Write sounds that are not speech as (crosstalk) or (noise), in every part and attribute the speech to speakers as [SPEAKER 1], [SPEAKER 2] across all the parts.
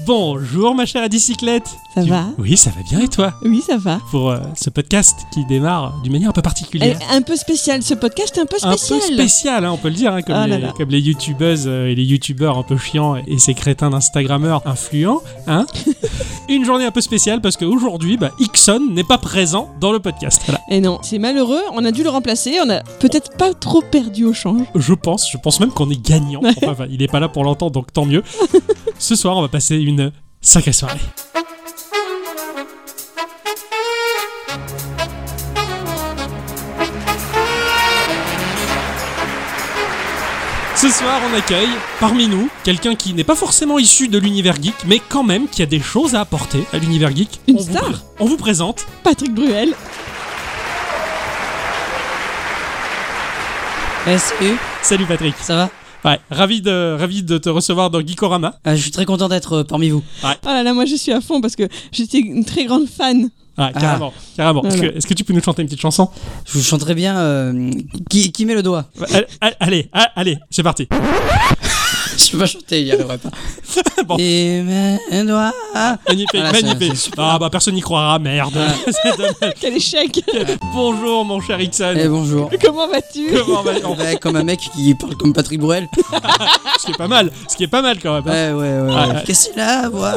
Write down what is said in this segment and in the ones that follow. [SPEAKER 1] Bonjour ma chère à bicyclette.
[SPEAKER 2] Ça
[SPEAKER 1] Tu-
[SPEAKER 2] va
[SPEAKER 1] Oui, ça va bien et toi
[SPEAKER 2] Oui, ça va.
[SPEAKER 1] Pour euh, ce podcast qui démarre d'une manière un peu particulière.
[SPEAKER 2] Eh, Un peu spécial, ce podcast est un peu
[SPEAKER 1] un
[SPEAKER 2] spécial.
[SPEAKER 1] peu spécial, hein, on peut le dire, hein, comme,
[SPEAKER 2] Ah là
[SPEAKER 1] les,
[SPEAKER 2] là.
[SPEAKER 1] comme les youtubeuses euh, et les youtubeurs un peu chiants et ces crétins d'instagrammeurs influents.
[SPEAKER 2] (laughs)
[SPEAKER 1] Hein Une journée un peu spéciale parce qu'aujourd'hui, bah, Ixon n'est pas présent dans le podcast. Voilà.
[SPEAKER 2] Et Eh non, c'est malheureux, on a dû le remplacer, on a peut-être pas trop perdu au change.
[SPEAKER 1] Je pense, je pense même qu'on est gagnant. Enfin, enfin, il n'est pas là pour l'entendre, donc tant
[SPEAKER 2] (laughs)
[SPEAKER 1] mieux. Ce soir, on va passer une sacrée soirée. Ce soir, on accueille parmi nous quelqu'un qui n'est pas forcément issu de l'univers geek, mais quand même qui a des choses à apporter à l'univers geek.
[SPEAKER 2] Une
[SPEAKER 1] On vous
[SPEAKER 2] star
[SPEAKER 1] pré- On vous présente
[SPEAKER 2] Patrick Bruel.
[SPEAKER 3] Eh, salut,
[SPEAKER 1] Salut Patrick.
[SPEAKER 3] ça va
[SPEAKER 1] Ouais, ravi de, ravi de te recevoir dans Geekorama.
[SPEAKER 3] Euh, Je suis très content d'être euh, parmi vous.
[SPEAKER 2] Oh là là, moi je suis à fond parce que j'étais une très grande
[SPEAKER 1] (laughs)
[SPEAKER 2] fan.
[SPEAKER 1] Ah, carrément, carrément. Est-ce que,
[SPEAKER 2] Voilà.
[SPEAKER 1] est-ce que tu peux nous chanter une petite chanson
[SPEAKER 3] Je vous chanterai bien euh, qui, qui met le doigt. (laughs)
[SPEAKER 1] Bah, al- al- Allez, a- allez, c'est parti.
[SPEAKER 3] Ah, Je peux pas chanter, il y arriverait pas.
[SPEAKER 1] Bon.
[SPEAKER 3] Qui met le doigt Ah.
[SPEAKER 1] Magnifique,
[SPEAKER 3] Voilà, c'est-
[SPEAKER 1] magnifique.
[SPEAKER 3] c'est super. Ah.
[SPEAKER 1] Ah bah personne n'y croira, merde. (laughs) C'est dommage.
[SPEAKER 2] Quel échec (laughs)
[SPEAKER 1] Bonjour mon cher Ixon.
[SPEAKER 3] Eh bonjour.
[SPEAKER 2] Comment vas-tu
[SPEAKER 1] Comment vas-tu Oh,
[SPEAKER 3] Ouais, comme un mec qui parle comme Patrick Bruel.
[SPEAKER 1] Ce qui est pas mal, ce qui est pas mal quand même. hein.
[SPEAKER 3] Ouais, ouais, ouais. ouais.
[SPEAKER 1] Ah, ouais.
[SPEAKER 3] Qu'est-ce qu'il a à voir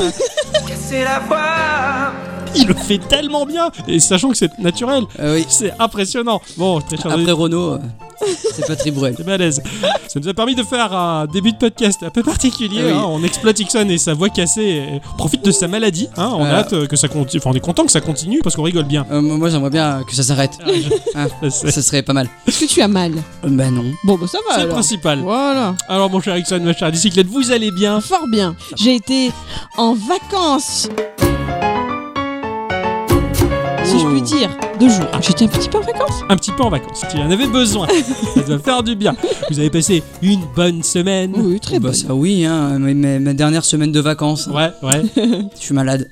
[SPEAKER 1] Il le fait tellement bien, et sachant que c'est naturel,
[SPEAKER 3] Euh, oui.
[SPEAKER 1] c'est impressionnant. Bon, très cher
[SPEAKER 3] Après Renault, euh, c'est Patrick Bruel.
[SPEAKER 1] C'est balèze. Ça nous a permis de faire un début de podcast un peu particulier.
[SPEAKER 3] Ah oui.
[SPEAKER 1] hein. On exploite Ixon et sa voix cassée. et on profite de sa maladie. hein. On a
[SPEAKER 3] Euh.
[SPEAKER 1] hâte euh, que ça continue. Enfin, on est content que ça continue parce qu'on rigole bien.
[SPEAKER 3] Euh, moi j'aimerais bien que ça s'arrête.
[SPEAKER 1] C'est-
[SPEAKER 3] Ça serait pas mal.
[SPEAKER 2] Est-ce que tu as mal
[SPEAKER 3] Euh, bah non.
[SPEAKER 2] Bon, bah ça va
[SPEAKER 1] C'est le
[SPEAKER 2] alors.
[SPEAKER 1] principal.
[SPEAKER 2] Voilà.
[SPEAKER 1] Alors mon cher Ixon, ma chère bicyclette, vous allez bien
[SPEAKER 2] Fort bien. J'ai été en vacances. Si je puis dire, deux jours. Ah, J'étais un petit peu en vacances.
[SPEAKER 1] Un petit peu en vacances, tu en avais
[SPEAKER 3] (laughs)
[SPEAKER 1] besoin. Ça doit faire du bien. Vous avez passé une bonne semaine.
[SPEAKER 2] Oui, très
[SPEAKER 3] bah
[SPEAKER 2] bonne.
[SPEAKER 3] ça oui, hein. mais- mais- ma dernière semaine de vacances.
[SPEAKER 1] Ouais,
[SPEAKER 3] (laughs)
[SPEAKER 1] ouais.
[SPEAKER 3] Je suis malade.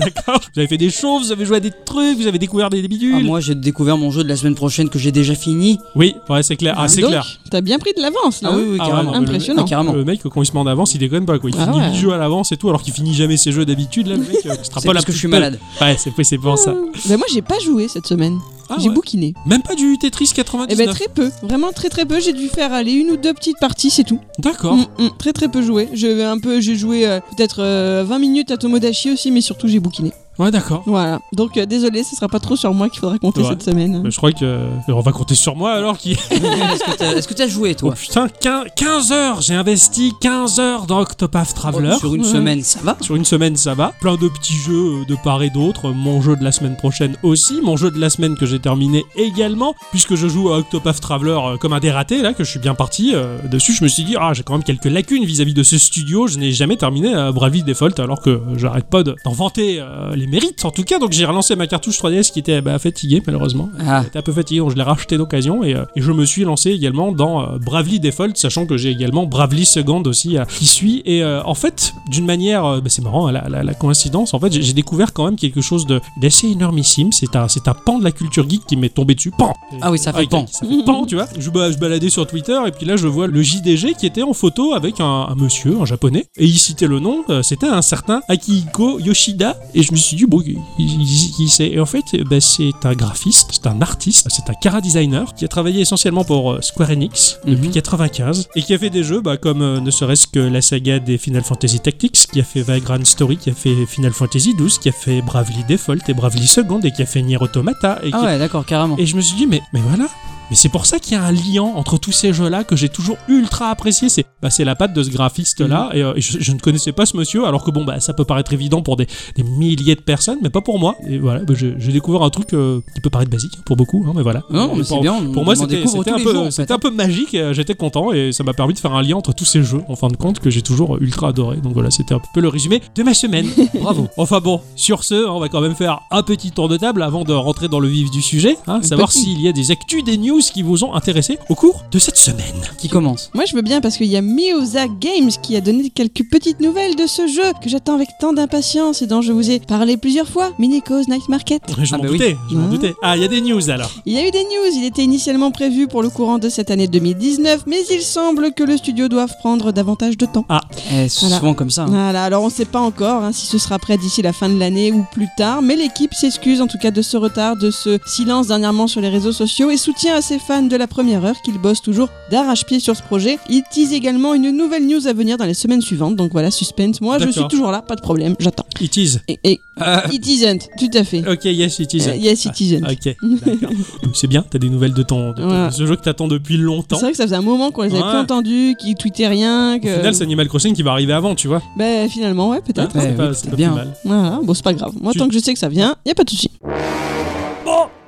[SPEAKER 1] D'accord. Vous avez fait des choses, vous avez joué à des trucs, vous avez découvert des
[SPEAKER 3] Ah,
[SPEAKER 1] bidules.
[SPEAKER 3] moi j'ai découvert mon jeu de la semaine prochaine que j'ai déjà fini.
[SPEAKER 1] Oui, ouais, c'est clair. Ah, c'est
[SPEAKER 2] Donc,
[SPEAKER 1] clair.
[SPEAKER 2] T'as bien pris de l'avance là.
[SPEAKER 3] Ah oui, oui,
[SPEAKER 1] Ah,
[SPEAKER 3] carrément.
[SPEAKER 1] vraiment, mais le-
[SPEAKER 2] Impressionnant.
[SPEAKER 3] Ah, carrément.
[SPEAKER 1] Le mec, quand il se met en avance, il déconne pas quoi. Il
[SPEAKER 2] Ah
[SPEAKER 1] finit
[SPEAKER 2] ouais.
[SPEAKER 1] le jeu à l'avance et tout, alors qu'il finit jamais ses jeux d'habitude. Là, le mec, euh, ce sera
[SPEAKER 3] C'est
[SPEAKER 1] pas la
[SPEAKER 3] parce que je
[SPEAKER 1] petite
[SPEAKER 3] suis
[SPEAKER 1] bête. (laughs)
[SPEAKER 3] malade. Ah,
[SPEAKER 1] Ouais, c'est c'est pour ça.
[SPEAKER 2] Ben moi j'ai pas joué cette semaine.
[SPEAKER 1] Ah,
[SPEAKER 2] j'ai
[SPEAKER 1] ouais.
[SPEAKER 2] bouquiné.
[SPEAKER 1] Même pas du
[SPEAKER 3] Eh
[SPEAKER 1] Tetris
[SPEAKER 2] Et
[SPEAKER 1] 99.
[SPEAKER 2] ben très peu, vraiment très très peu. J'ai dû faire aller une ou deux petites parties, c'est tout.
[SPEAKER 1] D'accord.
[SPEAKER 2] Mm, mm, très très peu joué. Je vais un peu, j'ai joué euh, peut-être euh, 20 minutes à Tomodachi aussi, mais surtout j'ai bouquiné.
[SPEAKER 1] Ouais, d'accord.
[SPEAKER 2] Voilà. Donc euh, désolé, ce sera pas trop sur moi qu'il faudra compter
[SPEAKER 1] Ouais.
[SPEAKER 2] cette semaine.
[SPEAKER 1] Bah, Je crois que euh, on va compter sur moi alors qui
[SPEAKER 3] Est-ce que t'as- est-ce que t'as joué
[SPEAKER 1] Oh
[SPEAKER 3] toi
[SPEAKER 1] putain, 15, 15 heures J'ai investi 15 heures dans Octopath Traveler.
[SPEAKER 3] Oh, Sur une
[SPEAKER 2] Ouais.
[SPEAKER 3] semaine, ça va
[SPEAKER 1] Sur une semaine, ça va. Plein de petits jeux euh, de part et d'autre. Mon jeu de la semaine prochaine aussi. Mon jeu de la semaine que j'ai terminé également. Puisque je joue à Octopath Traveler euh, comme un dératé, là, que je suis bien parti euh, dessus, je me suis dit, ah, j'ai quand même quelques lacunes vis-à-vis de ce studio. Je n'ai jamais terminé à Bravi Default, alors que euh, j'arrête pas de- d'en vanter euh, les mérites, en tout cas. Donc j'ai relancé ma cartouche 3DS qui était bah, fatiguée, malheureusement.
[SPEAKER 3] Ah,
[SPEAKER 1] J'étais un peu fatigué, donc je l'ai racheté d'occasion et, euh, et je me suis lancé également dans euh, Bravely Default, sachant que j'ai également Bravely Second aussi euh, qui suit. Et euh, en fait, d'une manière, euh, bah, c'est marrant, la, la- la coïncidence, en fait, j'ai j'ai découvert quand même quelque chose de- d'assez énormissime. C'est un, c'est un pan de la culture geek qui m'est tombé dessus. Pan
[SPEAKER 3] Ah oui, ça fait
[SPEAKER 1] Ah,
[SPEAKER 3] pan.
[SPEAKER 1] Ça fait pan, tu vois. Je, ba- je baladais sur Twitter et puis là, je vois le JDG qui était en photo avec un, un monsieur, un japonais, et il citait le nom, euh, c'était un certain Akihiko Yoshida. Et je me suis dit, bon, il- il- il- il sait. Et en fait, euh, bah, c'est un graphiste, c'est un artiste, c'est un cara designer qui a travaillé essentiellement pour euh, Square Enix depuis
[SPEAKER 3] Mhm.
[SPEAKER 1] 95 et qui a fait des jeux bah, comme euh, ne serait-ce que la saga des Final Fantasy Tactics, qui a fait Vagrant Story, qui a fait Final Fantasy XII, qui a fait Bravely Default et Bravely Second, et qui a fait Nier Automata, et qui
[SPEAKER 3] Ah ouais, d'accord, carrément.
[SPEAKER 1] et je me suis dit, mais, mais voilà. Mais c'est pour ça qu'il y a un lien entre tous ces jeux-là que j'ai toujours ultra apprécié. C'est bah, c'est la patte de ce graphiste-là.
[SPEAKER 3] Mhm.
[SPEAKER 1] Et, euh, et je, je ne connaissais pas ce monsieur, alors que bon, bah, ça peut paraître évident pour des, des milliers de personnes, mais pas pour moi. Et voilà, bah, j'ai j'ai découvert un truc euh, qui peut paraître basique hein, pour beaucoup, hein, mais voilà.
[SPEAKER 3] Non,
[SPEAKER 1] Et
[SPEAKER 3] mais
[SPEAKER 1] pour,
[SPEAKER 3] c'est bien. on-
[SPEAKER 1] Pour moi,
[SPEAKER 3] on en
[SPEAKER 1] c'était
[SPEAKER 3] découvre
[SPEAKER 1] c'était
[SPEAKER 3] tous
[SPEAKER 1] un,
[SPEAKER 3] les
[SPEAKER 1] peu-
[SPEAKER 3] jours, en
[SPEAKER 1] c'était
[SPEAKER 3] fait. hein.
[SPEAKER 1] un peu magique. euh, J'étais content et ça m'a permis de faire un lien entre tous ces jeux, en fin de compte, que j'ai toujours ultra adoré. Donc voilà, c'était un peu le résumé de ma
[SPEAKER 3] (laughs)
[SPEAKER 1] semaine.
[SPEAKER 3] Bravo.
[SPEAKER 1] Enfin bon, sur ce, on va quand même faire un petit tour de table avant de rentrer dans le vif du sujet, hein, savoir
[SPEAKER 2] petit.
[SPEAKER 1] s'il y a des actus, des news news qui vous ont intéressé au cours de cette semaine.
[SPEAKER 3] Qui commence
[SPEAKER 2] Moi, je veux bien parce qu'il y a Mioza Games qui a donné quelques petites nouvelles de ce jeu que j'attends avec tant d'impatience et dont je vous ai parlé plusieurs fois. Minico's Night Market.
[SPEAKER 1] Je
[SPEAKER 3] Ah
[SPEAKER 1] m'en
[SPEAKER 3] bah oui.
[SPEAKER 1] doutais, je m'en
[SPEAKER 2] Hein
[SPEAKER 1] doutais. Ah, il y a des news alors.
[SPEAKER 2] Il y a eu des news, il était initialement prévu pour le courant de cette année 2019, mais il semble que le studio doive prendre davantage de temps.
[SPEAKER 3] Eh, C'est
[SPEAKER 2] Voilà.
[SPEAKER 3] souvent comme ça. hein.
[SPEAKER 2] Voilà, alors on ne sait pas encore hein, si ce sera prêt d'ici la fin de l'année ou plus tard, mais l'équipe s'excuse en tout cas de ce retard, de ce silence dernièrement sur les réseaux sociaux et soutient à ses fans de la première heure qu'ils bossent toujours d'arrache-pied sur ce projet. Ils teasent également une nouvelle news à venir dans les semaines suivantes, donc voilà, suspense. Moi je
[SPEAKER 1] D'accord.
[SPEAKER 2] suis toujours là, pas de problème, j'attends.
[SPEAKER 1] It is.
[SPEAKER 2] Et,
[SPEAKER 1] (laughs)
[SPEAKER 2] et-
[SPEAKER 3] Ah.
[SPEAKER 2] it isn't, tout à fait.
[SPEAKER 1] Ok, yes, it is.
[SPEAKER 2] Euh, yes, it isn't. (laughs)
[SPEAKER 1] Ok, d'accord. C'est bien, t'as des nouvelles de ton, de ton-
[SPEAKER 2] Voilà.
[SPEAKER 1] de ce jeu que t'attends depuis
[SPEAKER 2] C'est
[SPEAKER 1] longtemps.
[SPEAKER 2] vrai que ça faisait un moment qu'on les avait
[SPEAKER 1] Ouais.
[SPEAKER 2] plus entendus, qu'ils tweetaient rien,
[SPEAKER 1] Au
[SPEAKER 2] que.
[SPEAKER 1] final, c'est Animal Crossing qui va arriver avant, tu vois.
[SPEAKER 2] Ben finalement, ouais, peut-être.
[SPEAKER 1] Hein,
[SPEAKER 3] Ouais,
[SPEAKER 1] c'est
[SPEAKER 3] Eh oui,
[SPEAKER 1] pas,
[SPEAKER 3] c'était
[SPEAKER 1] c'est pas
[SPEAKER 3] bien.
[SPEAKER 1] plus mal.
[SPEAKER 2] Voilà, bon, c'est pas grave. Moi,
[SPEAKER 1] Tu-
[SPEAKER 2] tant que je sais que ça vient, y a pas de souci.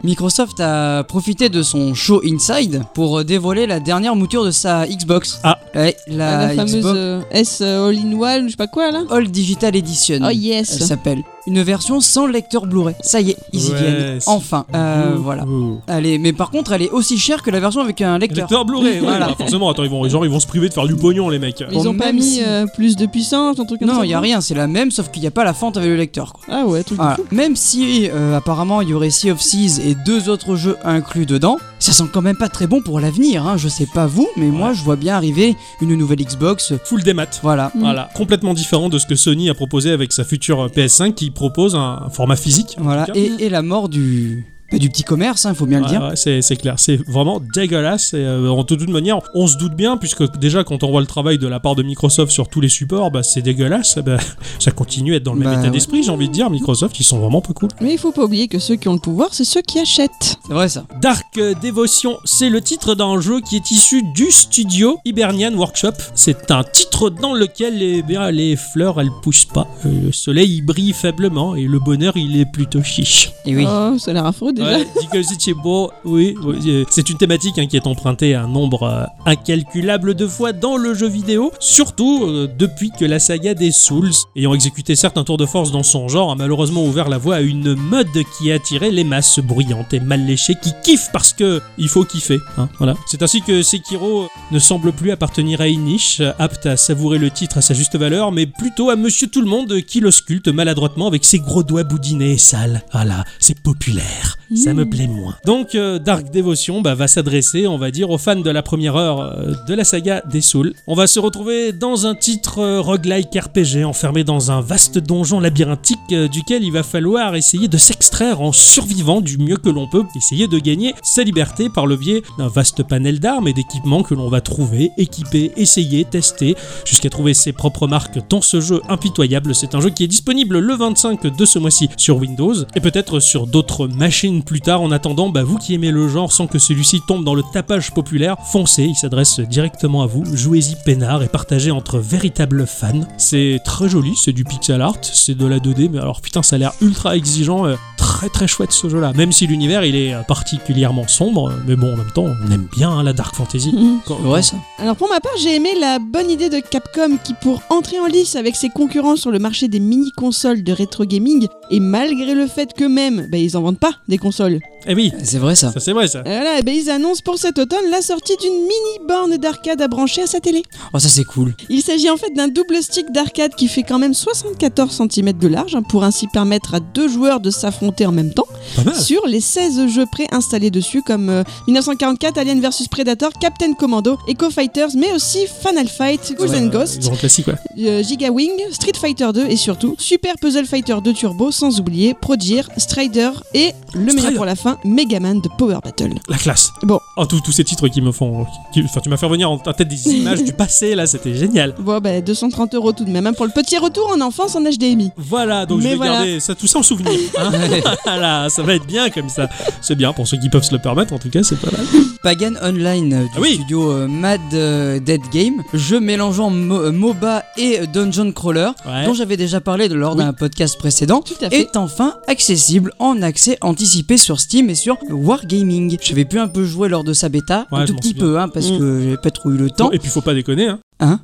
[SPEAKER 3] Microsoft a profité de son show Inside pour euh, dévoiler la dernière mouture de sa Xbox.
[SPEAKER 1] Ah.
[SPEAKER 3] Ouais, la,
[SPEAKER 2] la fameuse
[SPEAKER 3] Xbox
[SPEAKER 2] euh, S euh, All-in-One, je sais pas quoi là.
[SPEAKER 3] All Digital Edition.
[SPEAKER 2] Oh
[SPEAKER 3] Elle
[SPEAKER 2] yes.
[SPEAKER 3] s'appelle. Une version sans lecteur Blu-ray. Ça y est, ils y
[SPEAKER 1] Ouais,
[SPEAKER 3] viennent.
[SPEAKER 1] c'est-
[SPEAKER 3] Enfin, Euh, voilà.
[SPEAKER 1] Ouh.
[SPEAKER 3] Elle est- mais par contre, elle est aussi chère que la version avec un lecteur.
[SPEAKER 1] Lecteur Blu-ray, ouais,
[SPEAKER 3] Voilà.
[SPEAKER 1] bah, forcément. Attends, ils vont, genre, ils vont se priver de faire du pognon, les mecs.
[SPEAKER 2] Mais ils
[SPEAKER 3] Bon,
[SPEAKER 2] ont pas
[SPEAKER 3] même
[SPEAKER 2] mis
[SPEAKER 3] si-
[SPEAKER 2] euh, plus de puissance, un truc comme ça.
[SPEAKER 3] Non, il y a rien, c'est la même, sauf qu'il n'y a pas la fente avec le lecteur.
[SPEAKER 2] (laughs)
[SPEAKER 3] Quoi.
[SPEAKER 2] Ah ouais, truc de
[SPEAKER 3] Voilà.
[SPEAKER 2] fou.
[SPEAKER 3] Même si euh, apparemment il y aurait Sea of Seas et deux autres jeux inclus dedans, ça sent quand même pas très bon pour l'avenir. Hein. Je sais pas vous, mais moi je vois bien arriver une nouvelle Xbox.
[SPEAKER 1] Full des maths.
[SPEAKER 3] Voilà.
[SPEAKER 2] Mm.
[SPEAKER 1] Voilà, complètement différent de ce que Sony a proposé avec sa future euh, PS5 qui propose un un format physique. en
[SPEAKER 3] Voilà.
[SPEAKER 1] tout cas.
[SPEAKER 3] Et, et la mort du, bah, du petit commerce, il faut bien
[SPEAKER 1] Ouais,
[SPEAKER 3] le dire.
[SPEAKER 1] ouais, c'est, c'est clair, c'est vraiment dégueulasse. Et, euh, en toute toute manière, on se doute bien, puisque déjà, quand on voit le travail de la part de Microsoft sur tous les supports, bah, c'est dégueulasse. Bah, (laughs) ça continue à être dans le même
[SPEAKER 3] Bah,
[SPEAKER 1] état
[SPEAKER 3] ouais.
[SPEAKER 1] d'esprit, j'ai envie de dire. Microsoft, ils sont vraiment peu cool.
[SPEAKER 2] Mais il faut pas oublier que ceux qui ont le pouvoir, c'est ceux qui achètent.
[SPEAKER 3] C'est vrai ça.
[SPEAKER 1] Dark Devotion, c'est le titre d'un jeu qui est issu du studio Hibernian Workshop. C'est un titre dans lequel eh bien, les fleurs, elles poussent pas. Euh, Le soleil il brille faiblement et le bonheur, il est plutôt chiche.
[SPEAKER 3] Et oui.
[SPEAKER 2] Oh, ça a l'air affreux déjà.
[SPEAKER 1] Ouais, Diggle c'est beau, oui. oui, euh, C'est une thématique hein, qui est empruntée à un nombre euh, incalculable de fois dans le jeu vidéo, surtout euh, depuis que la saga des Souls, ayant exécuté certes un tour de force dans son genre, a malheureusement ouvert la voie à une mode qui a attiré les masses bruyantes et mal léchées qui kiffent parce que il faut kiffer. hein, voilà. C'est ainsi que Sekiro ne semble plus appartenir à une niche, euh, apte à savourer le titre à sa juste valeur, mais plutôt à Monsieur Tout le Monde euh, qui l'ausculte maladroitement avec ses gros doigts boudinés et sales. Ah là, c'est populaire, ça me
[SPEAKER 2] Mm.
[SPEAKER 1] plaît moins. Donc euh, Dark Devotion bah, va s'adresser, on va dire, aux fans de la première heure euh, de la saga des Souls. On va se retrouver dans un titre euh, roguelike RPG enfermé dans un vaste donjon labyrinthique euh, duquel il va falloir essayer de s'extraire en survivant du mieux que l'on peut, essayer de gagner sa liberté par le biais d'un vaste panel d'armes et d'équipements que l'on va trouver, équiper, essayer, tester, jusqu'à trouver ses propres marques dans ce jeu impitoyable. C'est un jeu qui est disponible le 25 de ce mois-ci sur Windows et peut-être sur d'autres machines plus tard. En attendant, bah, vous qui aimez le genre sans que celui-ci tombe dans le tapage populaire, foncez, il s'adresse directement à vous. Jouez-y peinard et partagez entre véritables fans. C'est très joli, c'est du pixel art, c'est de la 2D, mais alors putain, ça a l'air ultra exigeant. euh, très très chouette ce jeu-là, même si l'univers il est euh, particulièrement sombre, euh, mais bon en même temps on aime bien hein, la dark fantasy.
[SPEAKER 2] Mm.
[SPEAKER 1] Quand-
[SPEAKER 3] C'est vrai ça.
[SPEAKER 2] (laughs) Alors pour ma part, j'ai aimé la bonne idée de Capcom qui, pour entrer en lice avec ses concurrents sur le marché des mini-consoles de rétro gaming, et malgré le fait qu'eux-mêmes, ben, ils en vendent pas des consoles,
[SPEAKER 1] Eh oui,
[SPEAKER 3] C'est vrai ça.
[SPEAKER 1] ça c'est vrai ça.
[SPEAKER 2] Voilà, et ben ils annoncent pour cet automne la sortie d'une mini borne d'arcade à brancher à sa télé.
[SPEAKER 3] Oh ça c'est cool.
[SPEAKER 2] Il s'agit en fait d'un double stick d'arcade qui fait quand même 74 cm de large hein, pour ainsi permettre à deux joueurs de s'affronter en même temps
[SPEAKER 1] Pas mal.
[SPEAKER 2] sur les 16 jeux préinstallés dessus comme euh, 1944, Alien vs Predator, Captain Commando, Echo Fighters, mais aussi Final Fight, Ghouls
[SPEAKER 1] Ouais,
[SPEAKER 2] and
[SPEAKER 1] euh,
[SPEAKER 2] Ghosts,
[SPEAKER 1] Ils ont classique, ouais.
[SPEAKER 2] euh, Giga Wing, Street Fighter 2 et surtout Super Puzzle Fighter 2 Turbo sans oublier Prodier, Strider et le meilleur
[SPEAKER 1] Strider.
[SPEAKER 2] pour la fin, Mega Man de Power Battle.
[SPEAKER 1] La classe.
[SPEAKER 2] Bon.
[SPEAKER 1] Oh, tous tous ces titres qui me font. qui- Enfin, tu m'as fait revenir en en tête
[SPEAKER 2] (laughs)
[SPEAKER 1] des images du passé, là, c'était génial.
[SPEAKER 2] Bon, bah 230 euros tout de même, hein, pour le petit retour en enfance en HDMI.
[SPEAKER 1] Voilà, donc je
[SPEAKER 2] Mais
[SPEAKER 1] vais
[SPEAKER 2] voilà.
[SPEAKER 1] garder ça, tout ça en souvenir. hein. (laughs) voilà, ça va être bien comme ça. C'est bien pour ceux qui peuvent se le permettre, en tout cas, c'est pas mal.
[SPEAKER 3] Pagan Online euh, du
[SPEAKER 1] Ah oui.
[SPEAKER 3] studio euh, Mad euh, Dead Game, jeu mélangeant mo- euh, MOBA et euh, Dungeon Crawler,
[SPEAKER 1] Ouais.
[SPEAKER 3] dont j'avais déjà parlé de- lors d'un podcast précédent,
[SPEAKER 2] Tout à fait.
[SPEAKER 3] est enfin accessible en accès anticipé sur Steam et sur Wargaming. J'avais pu un peu jouer lors de sa bêta,
[SPEAKER 1] Ouais,
[SPEAKER 3] un
[SPEAKER 1] je
[SPEAKER 3] tout
[SPEAKER 1] m'en
[SPEAKER 3] petit peu, hein, parce
[SPEAKER 1] (laughs)
[SPEAKER 2] Mm.
[SPEAKER 3] que j'avais pas trop eu le temps.
[SPEAKER 1] et puis, faut pas déconner, hein.
[SPEAKER 3] Hein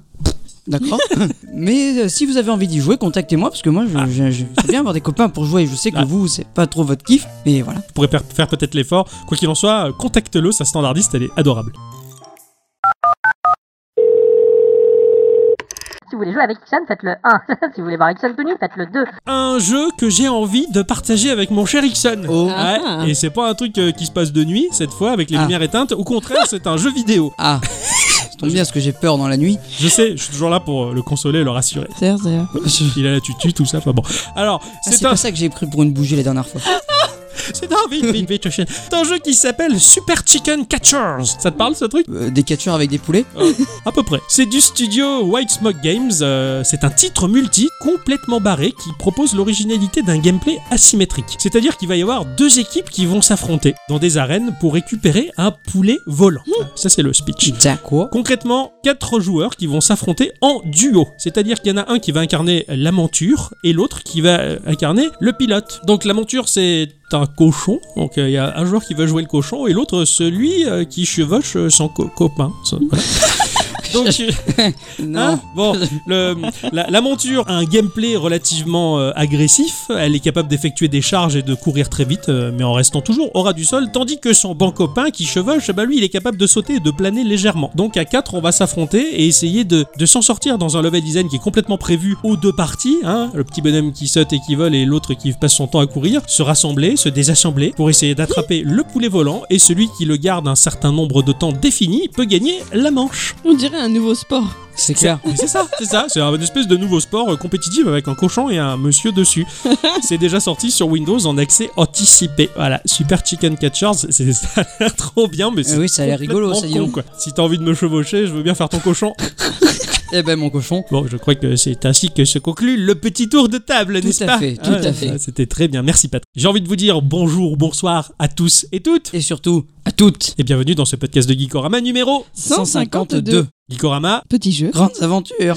[SPEAKER 3] d'accord Mais euh, si vous avez envie d'y jouer, contactez-moi parce que moi, je, je- je- c'est bien avoir des copains pour jouer. Je sais que
[SPEAKER 1] Ah.
[SPEAKER 3] vous, c'est pas trop votre kiff, mais voilà.
[SPEAKER 1] Vous pourrez per- faire peut-être l'effort. Quoi qu'il en soit, euh, contacte-le, sa standardiste, elle est adorable.
[SPEAKER 4] Si vous voulez jouer avec Ixon, faites le 1. (laughs) si vous voulez voir Ixon tenu, faites le 2.
[SPEAKER 1] Un jeu que j'ai envie de partager avec mon cher Ixon.
[SPEAKER 3] Oh.
[SPEAKER 1] Ouais,
[SPEAKER 2] Ah.
[SPEAKER 1] et c'est pas un truc euh, qui se passe de nuit, cette fois, avec les
[SPEAKER 3] Ah.
[SPEAKER 1] lumières éteintes. Au contraire, c'est un jeu vidéo.
[SPEAKER 3] Ah, ça tombe bien parce que j'ai peur dans la nuit. Ah,
[SPEAKER 1] Je sais, je suis toujours là pour euh, le consoler et le rassurer.
[SPEAKER 2] Zer, zer.
[SPEAKER 1] Il a la tutu, tout ça, enfin bon. Alors,
[SPEAKER 3] Ah,
[SPEAKER 1] c'est
[SPEAKER 3] c'est
[SPEAKER 1] un
[SPEAKER 3] pas ça que j'ai pris pour une bougie la dernière fois.
[SPEAKER 1] C'est un, vite, vite, vite, Chouchen. C'est un jeu qui s'appelle Super Chicken Catchers. Ça te parle ce truc
[SPEAKER 3] Euh, des catcheurs avec des poulets
[SPEAKER 1] À peu près. C'est du studio White Smoke Games. euh, c'est un titre multi complètement barré qui propose l'originalité d'un gameplay asymétrique. C'est-à-dire qu'il va y avoir deux équipes qui vont s'affronter dans des arènes pour récupérer un poulet volant.
[SPEAKER 3] Mmh.
[SPEAKER 1] Ça, c'est le speech.
[SPEAKER 3] Tiens, quoi
[SPEAKER 1] Concrètement, quatre joueurs qui vont s'affronter en duo. C'est-à-dire qu'il y en a un qui va incarner la monture et l'autre qui va euh, incarner le pilote. Donc la monture, c'est un cochon. Donc euh, il y a un joueur qui va jouer le cochon et l'autre celui euh, qui chevauche euh, son co- copain. Ça, voilà. Donc, euh,
[SPEAKER 3] Non.
[SPEAKER 1] hein, bon, le- la, la monture a un gameplay relativement euh, agressif. Elle est capable d'effectuer des charges et de courir très vite, euh, mais en restant toujours au ras du sol. Tandis que son banc copain qui chevauche, bah lui, il est capable de sauter et de planer légèrement. Donc à 4, on va s'affronter et essayer de, de s'en sortir dans un level design qui est complètement prévu aux deux parties. hein. le petit bonhomme qui saute et qui vole et l'autre qui passe son temps à courir, se rassembler, se désassembler pour essayer d'attraper le poulet volant. Et celui qui le garde un certain nombre de temps défini peut gagner la manche.
[SPEAKER 2] On dirait un nouveau sport.
[SPEAKER 3] C'est clair.
[SPEAKER 1] Mais c'est ça, c'est ça. C'est un- une espèce de nouveau sport euh, compétitif avec un cochon et un monsieur
[SPEAKER 3] (laughs)
[SPEAKER 1] dessus. c'est déjà sorti sur Windows en accès anticipé. Voilà, Super Chicken Catchers, c'est, (laughs) ça a l'air trop bien, mais c'est.
[SPEAKER 3] Eh oui, ça a l'air rigolo,
[SPEAKER 1] complètement
[SPEAKER 3] ça dit donc.
[SPEAKER 1] con, quoi. Si t'as envie de me chevaucher, je veux bien faire ton
[SPEAKER 3] (laughs)
[SPEAKER 1] cochon.
[SPEAKER 3] Eh ben, mon cochon.
[SPEAKER 1] Bon, je crois que c'est ainsi que se conclut le petit tour de table,
[SPEAKER 3] Tout
[SPEAKER 1] n'est-ce
[SPEAKER 3] à
[SPEAKER 1] pas Ah,
[SPEAKER 3] fait, tout à fait.
[SPEAKER 1] C'était très bien, merci Patrick. J'ai envie de vous dire bonjour, bonsoir à tous et toutes.
[SPEAKER 3] Et surtout, à toutes.
[SPEAKER 1] Et bienvenue dans ce podcast de Geekorama numéro
[SPEAKER 2] 152.
[SPEAKER 1] Geekorama
[SPEAKER 2] Petit jeu.
[SPEAKER 3] Grandes aventures.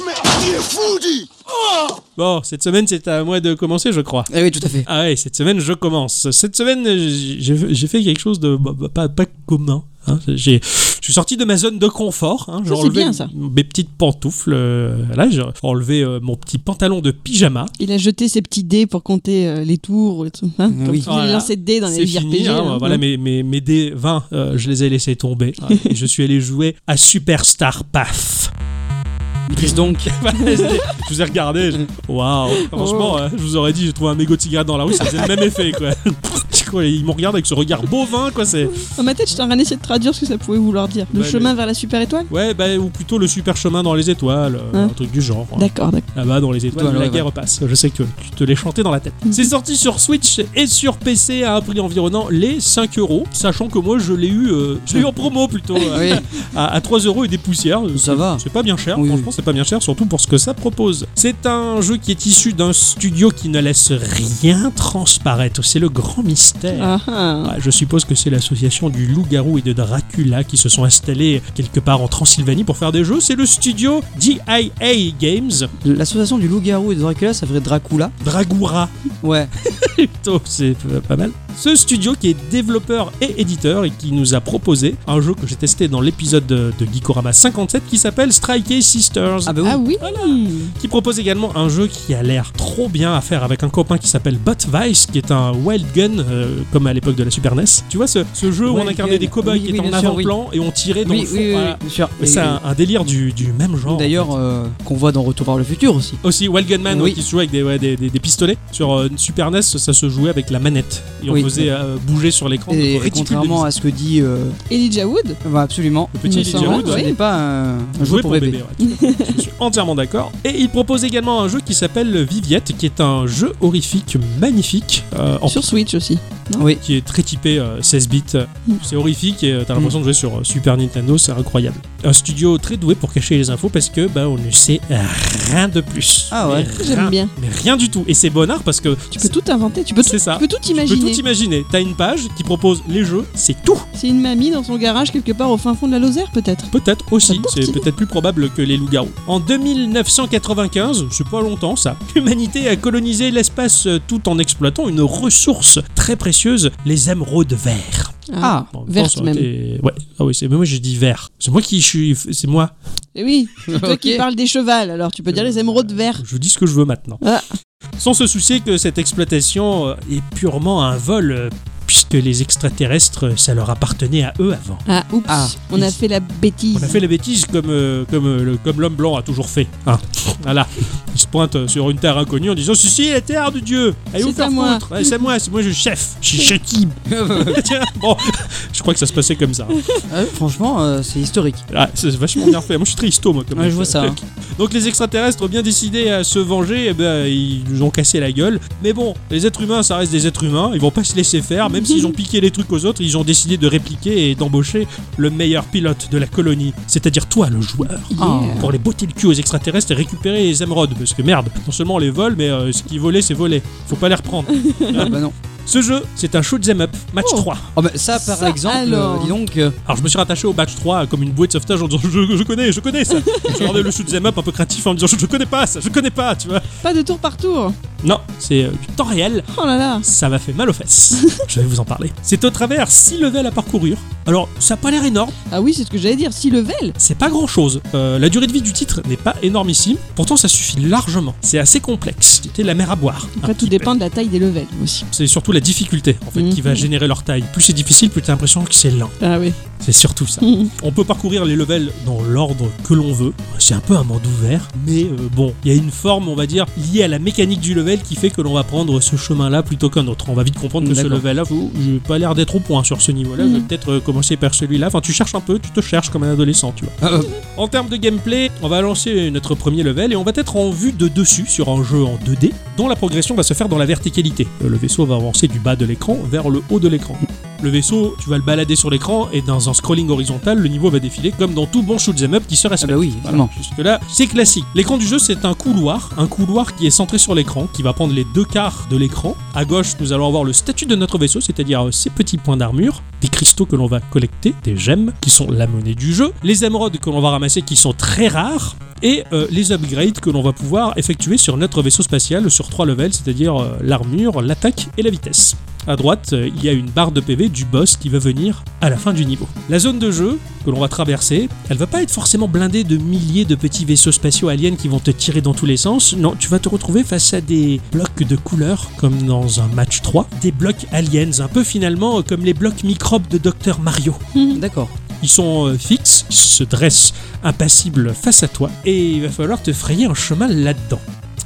[SPEAKER 1] Bon, cette semaine c'est à moi de commencer, je crois.
[SPEAKER 3] Eh oui, tout à fait.
[SPEAKER 1] Ah ouais, cette semaine, je commence. Cette semaine, j'ai- j'ai j'ai fait quelque chose de bah, bah, pas, pas commun. hein. J'ai- Je suis sorti de ma zone de confort. hein. J'ai
[SPEAKER 2] Ça, c'est
[SPEAKER 1] enlevé
[SPEAKER 2] bien, ça.
[SPEAKER 1] mes petites pantoufles. euh, là, j'ai enlevé euh, mon petit pantalon de pyjama.
[SPEAKER 2] Il a jeté ses petits dés pour compter euh, les tours et tout. hein,
[SPEAKER 3] Eh Oui.
[SPEAKER 2] Comme il
[SPEAKER 1] Voilà.
[SPEAKER 2] a lancé de dés dans les
[SPEAKER 1] Oh C'est fini.
[SPEAKER 2] JRPG.
[SPEAKER 1] hein.
[SPEAKER 2] là.
[SPEAKER 1] voilà, mes, mes, mes dés 20, euh, je les ai laissés tomber.
[SPEAKER 2] Ah
[SPEAKER 1] hein, et je suis allé jouer à Superstar
[SPEAKER 2] (laughs)
[SPEAKER 1] Paf.
[SPEAKER 3] Qu'est-ce donc
[SPEAKER 1] je vous ai regardé. je- Waouh. Franchement,
[SPEAKER 2] Oh.
[SPEAKER 1] euh, je vous aurais dit, j'ai trouvé un mégot de cigarette dans la rue, ça faisait le même effet. Quoi. (laughs) Quoi, Ils me regardent avec ce regard bovin. quoi. C'est.
[SPEAKER 2] Dans ma tête, j'étais en train d'essayer de traduire ce que ça pouvait vouloir dire. Le
[SPEAKER 1] Ouais,
[SPEAKER 2] chemin vers la super étoile
[SPEAKER 1] Ouais, bah, ou plutôt le super chemin dans les étoiles, euh,
[SPEAKER 2] Hein
[SPEAKER 1] un truc du genre. hein.
[SPEAKER 2] D'accord, d'accord.
[SPEAKER 1] Là-bas, dans les étoiles,
[SPEAKER 3] Étoiles,
[SPEAKER 1] la
[SPEAKER 3] ouais,
[SPEAKER 1] guerre passe. Je sais que tu te l'es chanté dans la tête.
[SPEAKER 2] Mhm.
[SPEAKER 1] C'est sorti sur Switch et sur PC à un prix environnant les 5 euros, sachant que moi, je l'ai eu, euh, je l'ai eu en promo plutôt, euh,
[SPEAKER 3] (laughs) Oui,
[SPEAKER 1] à, à 3 euros et des poussières.
[SPEAKER 3] ça va.
[SPEAKER 1] C'est pas bien cher,
[SPEAKER 3] Oui,
[SPEAKER 1] franchement, c'est pas bien cher, surtout pour ce que ça propose. C'est un jeu qui est issu d'un studio qui ne laisse rien transparaître. C'est le grand mystère.
[SPEAKER 2] Ah, ah.
[SPEAKER 1] Ouais, je suppose que c'est l'association du loup-garou et de Dracula qui se sont installés quelque part en Transylvanie pour faire des jeux. C'est le studio DIA Games,
[SPEAKER 3] L'association du loup-garou et de Dracula, ça ferait Dracula.
[SPEAKER 1] Dragoura. (laughs)
[SPEAKER 3] Ouais.
[SPEAKER 1] Plutôt, c'est pas- pas mal. Ce studio qui est développeur et éditeur et qui nous a proposé un jeu que j'ai testé dans l'épisode de, de Geekorama 57 qui s'appelle Strike A Sisters.
[SPEAKER 3] Ah bah oui.
[SPEAKER 2] Ah oui
[SPEAKER 1] qui propose également un jeu qui a l'air trop bien à faire avec un copain qui s'appelle Botvice, qui est un wild gun, euh, comme à l'époque de la Super NES. Tu vois ce, ce jeu où on
[SPEAKER 3] Wild
[SPEAKER 1] incarnait
[SPEAKER 3] gun.
[SPEAKER 1] des cow-boys
[SPEAKER 3] Oui,
[SPEAKER 1] qui
[SPEAKER 3] oui,
[SPEAKER 1] étaient en
[SPEAKER 3] bien sûr, oui.
[SPEAKER 1] avant-plan et on tirait dans le
[SPEAKER 3] Oui,
[SPEAKER 1] fond.
[SPEAKER 3] oui, oui,
[SPEAKER 1] Voilà.
[SPEAKER 3] bien sûr.
[SPEAKER 1] Mais
[SPEAKER 3] Et-
[SPEAKER 1] c'est un, un délire du, du même genre. en
[SPEAKER 3] D'ailleurs, euh, qu'on voit dans Retour vers le futur aussi.
[SPEAKER 1] fait. aussi Wild Gunman
[SPEAKER 3] Oui.
[SPEAKER 1] ouais, qui se jouait avec des, ouais, des, des- des pistolets. Sur euh, Super NES, ça se jouait avec la manette. Et on
[SPEAKER 3] Oui.
[SPEAKER 1] faisait euh, bouger sur l'écran.
[SPEAKER 3] Et
[SPEAKER 1] notre réticule de
[SPEAKER 3] contrairement à ce que dit. euh,
[SPEAKER 2] Elijah Wood
[SPEAKER 3] bah, absolument.
[SPEAKER 1] Le petit
[SPEAKER 2] Il me
[SPEAKER 1] Elijah
[SPEAKER 2] semble,
[SPEAKER 1] Wood,
[SPEAKER 3] Ce
[SPEAKER 1] ouais.
[SPEAKER 2] oui.
[SPEAKER 3] n'est pas un, un jeu
[SPEAKER 1] Jouer
[SPEAKER 3] pour bébé.
[SPEAKER 1] ouais, tout à fait. Je suis entièrement d'accord. Et il propose également un jeu qui s'appelle Viviette, qui est un jeu horrifique magnifique euh, en
[SPEAKER 2] sur Switch aussi.
[SPEAKER 1] qui est très typé euh, 16 bits.
[SPEAKER 2] Mm.
[SPEAKER 1] C'est horrifique et euh, t'as l'impression de jouer sur euh, Super Nintendo, c'est incroyable. Un studio très doué pour cacher les infos parce que bah, on ne sait rien de plus.
[SPEAKER 3] Ah ouais.
[SPEAKER 1] Mais
[SPEAKER 2] J'aime
[SPEAKER 1] rien-
[SPEAKER 2] bien.
[SPEAKER 1] Mais rien du tout. Et c'est bon art parce que
[SPEAKER 2] Tu peux tout inventer, tu peux tout,
[SPEAKER 1] c'est ça.
[SPEAKER 2] tu peux tout
[SPEAKER 1] Tu peux
[SPEAKER 2] imaginer.
[SPEAKER 1] tout imaginer. T'as une page qui propose les jeux, c'est tout.
[SPEAKER 2] C'est une mamie dans son garage quelque part au fin fond de la Lozère peut-être.
[SPEAKER 1] Peut-être aussi,
[SPEAKER 2] N'importe
[SPEAKER 1] c'est
[SPEAKER 2] qui.
[SPEAKER 1] peut-être plus probable que les loups-garous. En 2995, c'est pas longtemps ça, l'humanité a colonisé l'espace euh, tout en exploitant une ressource très précieuse, les émeraudes verts.
[SPEAKER 3] Ah,
[SPEAKER 1] Bon, en même temps,
[SPEAKER 2] Verte
[SPEAKER 1] ça aurait
[SPEAKER 2] même.
[SPEAKER 1] été- Ouais. Ah oui, c'est mais moi j'ai dit vert. C'est moi qui suis. C'est moi.
[SPEAKER 2] Et Eh
[SPEAKER 1] (laughs)
[SPEAKER 2] oui, c'est toi
[SPEAKER 3] Ok.
[SPEAKER 2] qui parles des chevals, alors tu peux dire les émeraudes vertes.
[SPEAKER 1] Je dis ce que je veux maintenant.
[SPEAKER 2] Ah.
[SPEAKER 1] Sans se soucier que cette exploitation euh, est purement un vol, euh, puisque les extraterrestres, euh, ça leur appartenait à eux avant.
[SPEAKER 2] Ah, oups,
[SPEAKER 3] Ah.
[SPEAKER 2] on a fait la bêtise.
[SPEAKER 1] On a fait la bêtise comme, euh, comme, euh, le- comme l'homme blanc a toujours fait. hein. Voilà. Il se pointe euh, sur une terre inconnue en disant Si, si, la terre de Dieu Allez vous
[SPEAKER 2] C'est à
[SPEAKER 1] faire
[SPEAKER 2] moi.
[SPEAKER 1] foutre Ouais, C'est moi, c'est moi je suis chef Je suis Shakib (laughs) Tiens, Bon, je crois que ça se passait comme ça.
[SPEAKER 3] (laughs) Ah, franchement, euh, c'est historique.
[SPEAKER 1] Ah, c'est vachement bien fait. Moi, je suis très histo, moi. Comme euh,
[SPEAKER 3] Ouais, je vois ça. hein.
[SPEAKER 1] Donc les extraterrestres bien décidés à se venger, eh ben, ils nous ont cassé la gueule. Mais bon, les êtres humains, ça reste des êtres humains, ils vont pas se laisser faire, même
[SPEAKER 3] (laughs)
[SPEAKER 1] s'ils ont piqué les trucs aux autres, ils ont décidé de répliquer et d'embaucher le meilleur pilote de la colonie, c'est-à-dire toi le joueur.
[SPEAKER 3] Ah.
[SPEAKER 1] Pour les botter le cul aux extraterrestres et récupérer les émeraudes, parce que merde, non seulement on les vole, mais euh, ce qui volait, c'est volé. Faut pas les reprendre.
[SPEAKER 3] Ah, bah non.
[SPEAKER 1] Ce jeu, c'est un shoot'em up, match
[SPEAKER 3] Oh.
[SPEAKER 1] 3.
[SPEAKER 3] Oh, bah, ça, par
[SPEAKER 2] Ça,
[SPEAKER 3] exemple,
[SPEAKER 2] alors.
[SPEAKER 3] euh, dis donc, euh, (laughs)
[SPEAKER 1] Alors je me suis rattaché au match 3 comme une bouée de sauvetage en disant je, je connais, je connais
[SPEAKER 2] (laughs)
[SPEAKER 1] ça. je regardais le shoot'em up un peu créatif en me disant je, je connais pas ça, je connais pas, tu vois.
[SPEAKER 2] Pas de tour par tour.
[SPEAKER 1] Non, c'est euh, du temps réel.
[SPEAKER 2] Oh là là.
[SPEAKER 1] Ça m'a fait mal aux
[SPEAKER 2] (laughs)
[SPEAKER 1] fesses. Je vais vous en parler. C'est au travers 6 levels à parcourir. Alors, ça n'a pas l'air énorme,
[SPEAKER 2] Ah oui, c'est ce que j'allais dire. Si level.
[SPEAKER 1] c'est pas grand chose. la durée de vie du titre n'est pas énormissime, pourtant ça suffit largement. C'est assez complexe. C'était la mer à boire.
[SPEAKER 2] Après,
[SPEAKER 1] Un
[SPEAKER 2] tout
[SPEAKER 1] petit
[SPEAKER 2] dépend de la taille des levels aussi.
[SPEAKER 1] peu. C'est surtout la difficulté en fait
[SPEAKER 2] Mhm.
[SPEAKER 1] qui va générer leur taille. Plus c'est difficile, plus t'as l'impression que c'est lent.
[SPEAKER 2] Ah oui.
[SPEAKER 1] C'est surtout ça.
[SPEAKER 2] Mhm.
[SPEAKER 1] On peut parcourir les levels dans l'ordre que l'on veut. C'est un peu un monde ouvert, mais euh, bon, il y a une forme, on va dire, liée à la mécanique du level qui fait que l'on va prendre ce chemin-là plutôt qu'un autre. On va vite comprendre que ce
[SPEAKER 3] D'accord.
[SPEAKER 1] level-là, faut- j'ai pas l'air d'être au point sur ce niveau-là. Je vais
[SPEAKER 2] Mhm.
[SPEAKER 1] peut-être euh, commencer par celui-là. Enfin, tu cherches un peu, tu te cherches comme un adolescent, tu vois.
[SPEAKER 3] euh,
[SPEAKER 1] En termes de gameplay, on va lancer notre premier level et on va être en vue de dessus sur un jeu en 2D dont la progression va se faire dans la verticalité. Euh, Le vaisseau va avancer du bas de l'écran vers le haut de l'écran. Le vaisseau, tu vas le balader sur l'écran et dans un scrolling horizontal, le niveau va défiler comme dans tout bon shoot'em up qui se
[SPEAKER 3] ah
[SPEAKER 1] respecte.
[SPEAKER 3] bah oui,
[SPEAKER 1] Voilà,
[SPEAKER 3] évidemment.
[SPEAKER 1] jusque-là, c'est classique. L'écran du jeu, c'est un couloir, un couloir qui est centré sur l'écran, qui va prendre les deux quarts de l'écran. À gauche, nous allons avoir le statut de notre vaisseau, c'est-à-dire euh, ses petits points d'armure, des cristaux que l'on va collecter, des gemmes, qui sont la monnaie du jeu, les émeraudes que l'on va ramasser, qui sont très rares, et euh, les upgrades que l'on va pouvoir effectuer sur notre vaisseau spatial sur trois levels, c'est-à-dire euh, l'armure, l'attaque et la vitesse. À droite, euh, il y a une barre de PV du boss qui va venir à la fin du niveau. La zone de jeu que l'on va traverser, elle va pas être forcément blindée de milliers de petits vaisseaux spatiaux aliens qui vont te tirer dans tous les sens. Non, tu vas te retrouver face à des blocs de couleurs comme dans un match 3, des blocs aliens, un peu finalement euh, comme les blocs microbes de Dr Mario.
[SPEAKER 3] D'accord.
[SPEAKER 1] Ils sont euh, fixes, ils se dressent impassibles face à toi, et il va falloir te frayer un chemin là-dedans.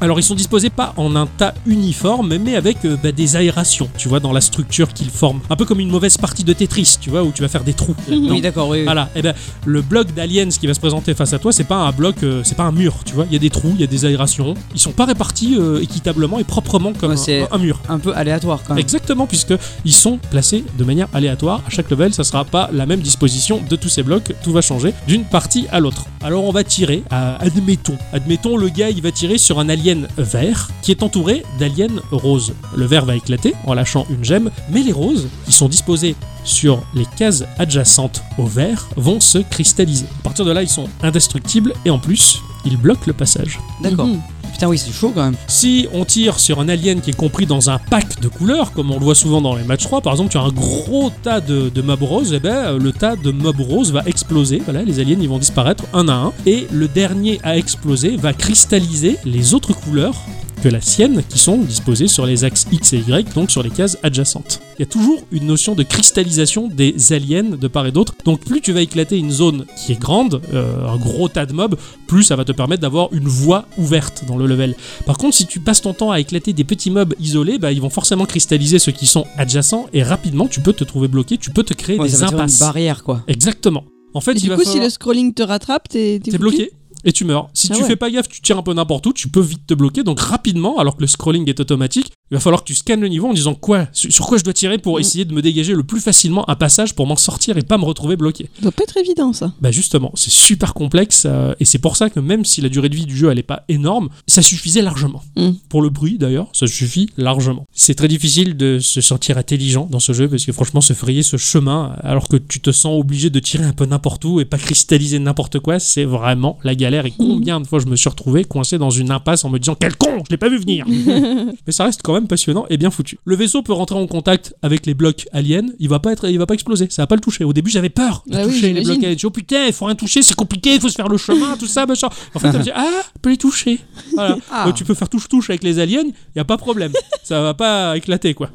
[SPEAKER 1] Alors ils sont disposés pas en un tas uniforme, mais avec euh, bah, des aérations, tu vois, dans la structure qu'ils forment. Un peu comme une mauvaise partie de Tetris, tu vois, où tu vas faire des trous. là-dedans.
[SPEAKER 3] Oui, d'accord, oui. oui.
[SPEAKER 1] Voilà, et ben le bloc d'aliens qui va se présenter face à toi, c'est pas un bloc, euh, c'est pas un mur, tu vois. Il y a des trous, il y a des aérations. Ils sont pas répartis euh, équitablement et proprement comme
[SPEAKER 3] Ouais,
[SPEAKER 1] un-
[SPEAKER 3] c'est-
[SPEAKER 1] un mur.
[SPEAKER 3] Un peu aléatoire quand même.
[SPEAKER 1] Exactement, puisque ils sont placés de manière aléatoire. À chaque level, ça sera pas la même disposition de tous ces blocs. Tout va changer d'une partie à l'autre. Alors on va tirer. à- admettons, admettons le gars, il va tirer sur un alien vert qui est entouré d'aliens roses. Le vert va éclater en lâchant une gemme, mais les roses, qui sont disposées sur les cases adjacentes au vert, vont se cristalliser. À partir de là, ils sont indestructibles et en plus, ils bloquent le passage.
[SPEAKER 3] D'accord.
[SPEAKER 2] Mhm.
[SPEAKER 3] Putain, oui, c'est chaud quand même.
[SPEAKER 1] Si on tire sur un alien qui est compris dans un pack de couleurs, comme on le voit souvent dans les matchs 3, par exemple, tu as un gros tas de, de mobs roses, et ben le tas de mobs roses va exploser. Voilà, les aliens ils vont disparaître un à un, et le dernier à exploser va cristalliser les autres couleurs que la sienne qui sont disposées sur les axes X et Y, donc sur les cases adjacentes. Il y a toujours une notion de cristallisation des aliens de part et d'autre, donc plus tu vas éclater une zone qui est grande, euh, un gros tas de mobs, plus ça va te permettre d'avoir une voie ouverte dans le level. Par contre, si tu passes ton temps à éclater des petits mobs isolés, bah, ils vont forcément cristalliser ceux qui sont adjacents et rapidement tu peux te trouver bloqué, tu peux te créer
[SPEAKER 3] Ouais, ça
[SPEAKER 1] des
[SPEAKER 3] va te faire une
[SPEAKER 1] impasses.
[SPEAKER 3] barrière quoi.
[SPEAKER 1] Exactement. En fait,
[SPEAKER 2] Et
[SPEAKER 1] il
[SPEAKER 2] du
[SPEAKER 1] va
[SPEAKER 2] coup, si
[SPEAKER 1] falloir-
[SPEAKER 2] le scrolling te rattrape, t'es
[SPEAKER 1] t'es
[SPEAKER 2] foutu.
[SPEAKER 1] bloqué et tu meurs. Si
[SPEAKER 2] Ah
[SPEAKER 1] tu
[SPEAKER 2] ouais.
[SPEAKER 1] fais pas gaffe, tu tires un peu n'importe où, tu peux vite te bloquer. Donc rapidement, alors que le scrolling est automatique, il va falloir que tu scannes le niveau en disant quoi, sur sur quoi je dois tirer pour
[SPEAKER 2] Mm.
[SPEAKER 1] essayer de me dégager le plus facilement un passage pour m'en sortir et pas me retrouver bloqué.
[SPEAKER 2] Ça doit pas être évident ça.
[SPEAKER 1] Bah justement, c'est super complexe euh, et c'est pour ça que même si la durée de vie du jeu elle est pas énorme, ça suffisait largement.
[SPEAKER 2] Mm.
[SPEAKER 1] Pour le bruit d'ailleurs, ça suffit largement. C'est très difficile de se sentir intelligent dans ce jeu parce que franchement se frayer ce chemin alors que tu te sens obligé de tirer un peu n'importe où et pas cristalliser n'importe quoi, c'est vraiment la galère et combien de fois je me suis retrouvé coincé dans une impasse en me disant quel con, je l'ai pas vu
[SPEAKER 2] (laughs)
[SPEAKER 1] venir. Mais ça reste quand même passionnant et bien foutu. Le vaisseau peut rentrer en contact avec les blocs aliens, il va pas être, il va pas exploser, ça va pas le toucher. Au début j'avais peur de
[SPEAKER 2] Ah oui,
[SPEAKER 1] toucher les
[SPEAKER 2] j'imagine.
[SPEAKER 1] blocs aliens. Je dis, oh putain, il faut rien toucher, c'est compliqué, il faut se faire le chemin, tout ça, machin. En
[SPEAKER 2] (laughs)
[SPEAKER 1] fait, je me dis, ah, on peut les toucher. Voilà.
[SPEAKER 3] (laughs) Ah.
[SPEAKER 1] Euh, tu peux faire touche-touche avec les aliens, y a pas
[SPEAKER 3] (laughs)
[SPEAKER 1] problème. ça va pas éclater quoi.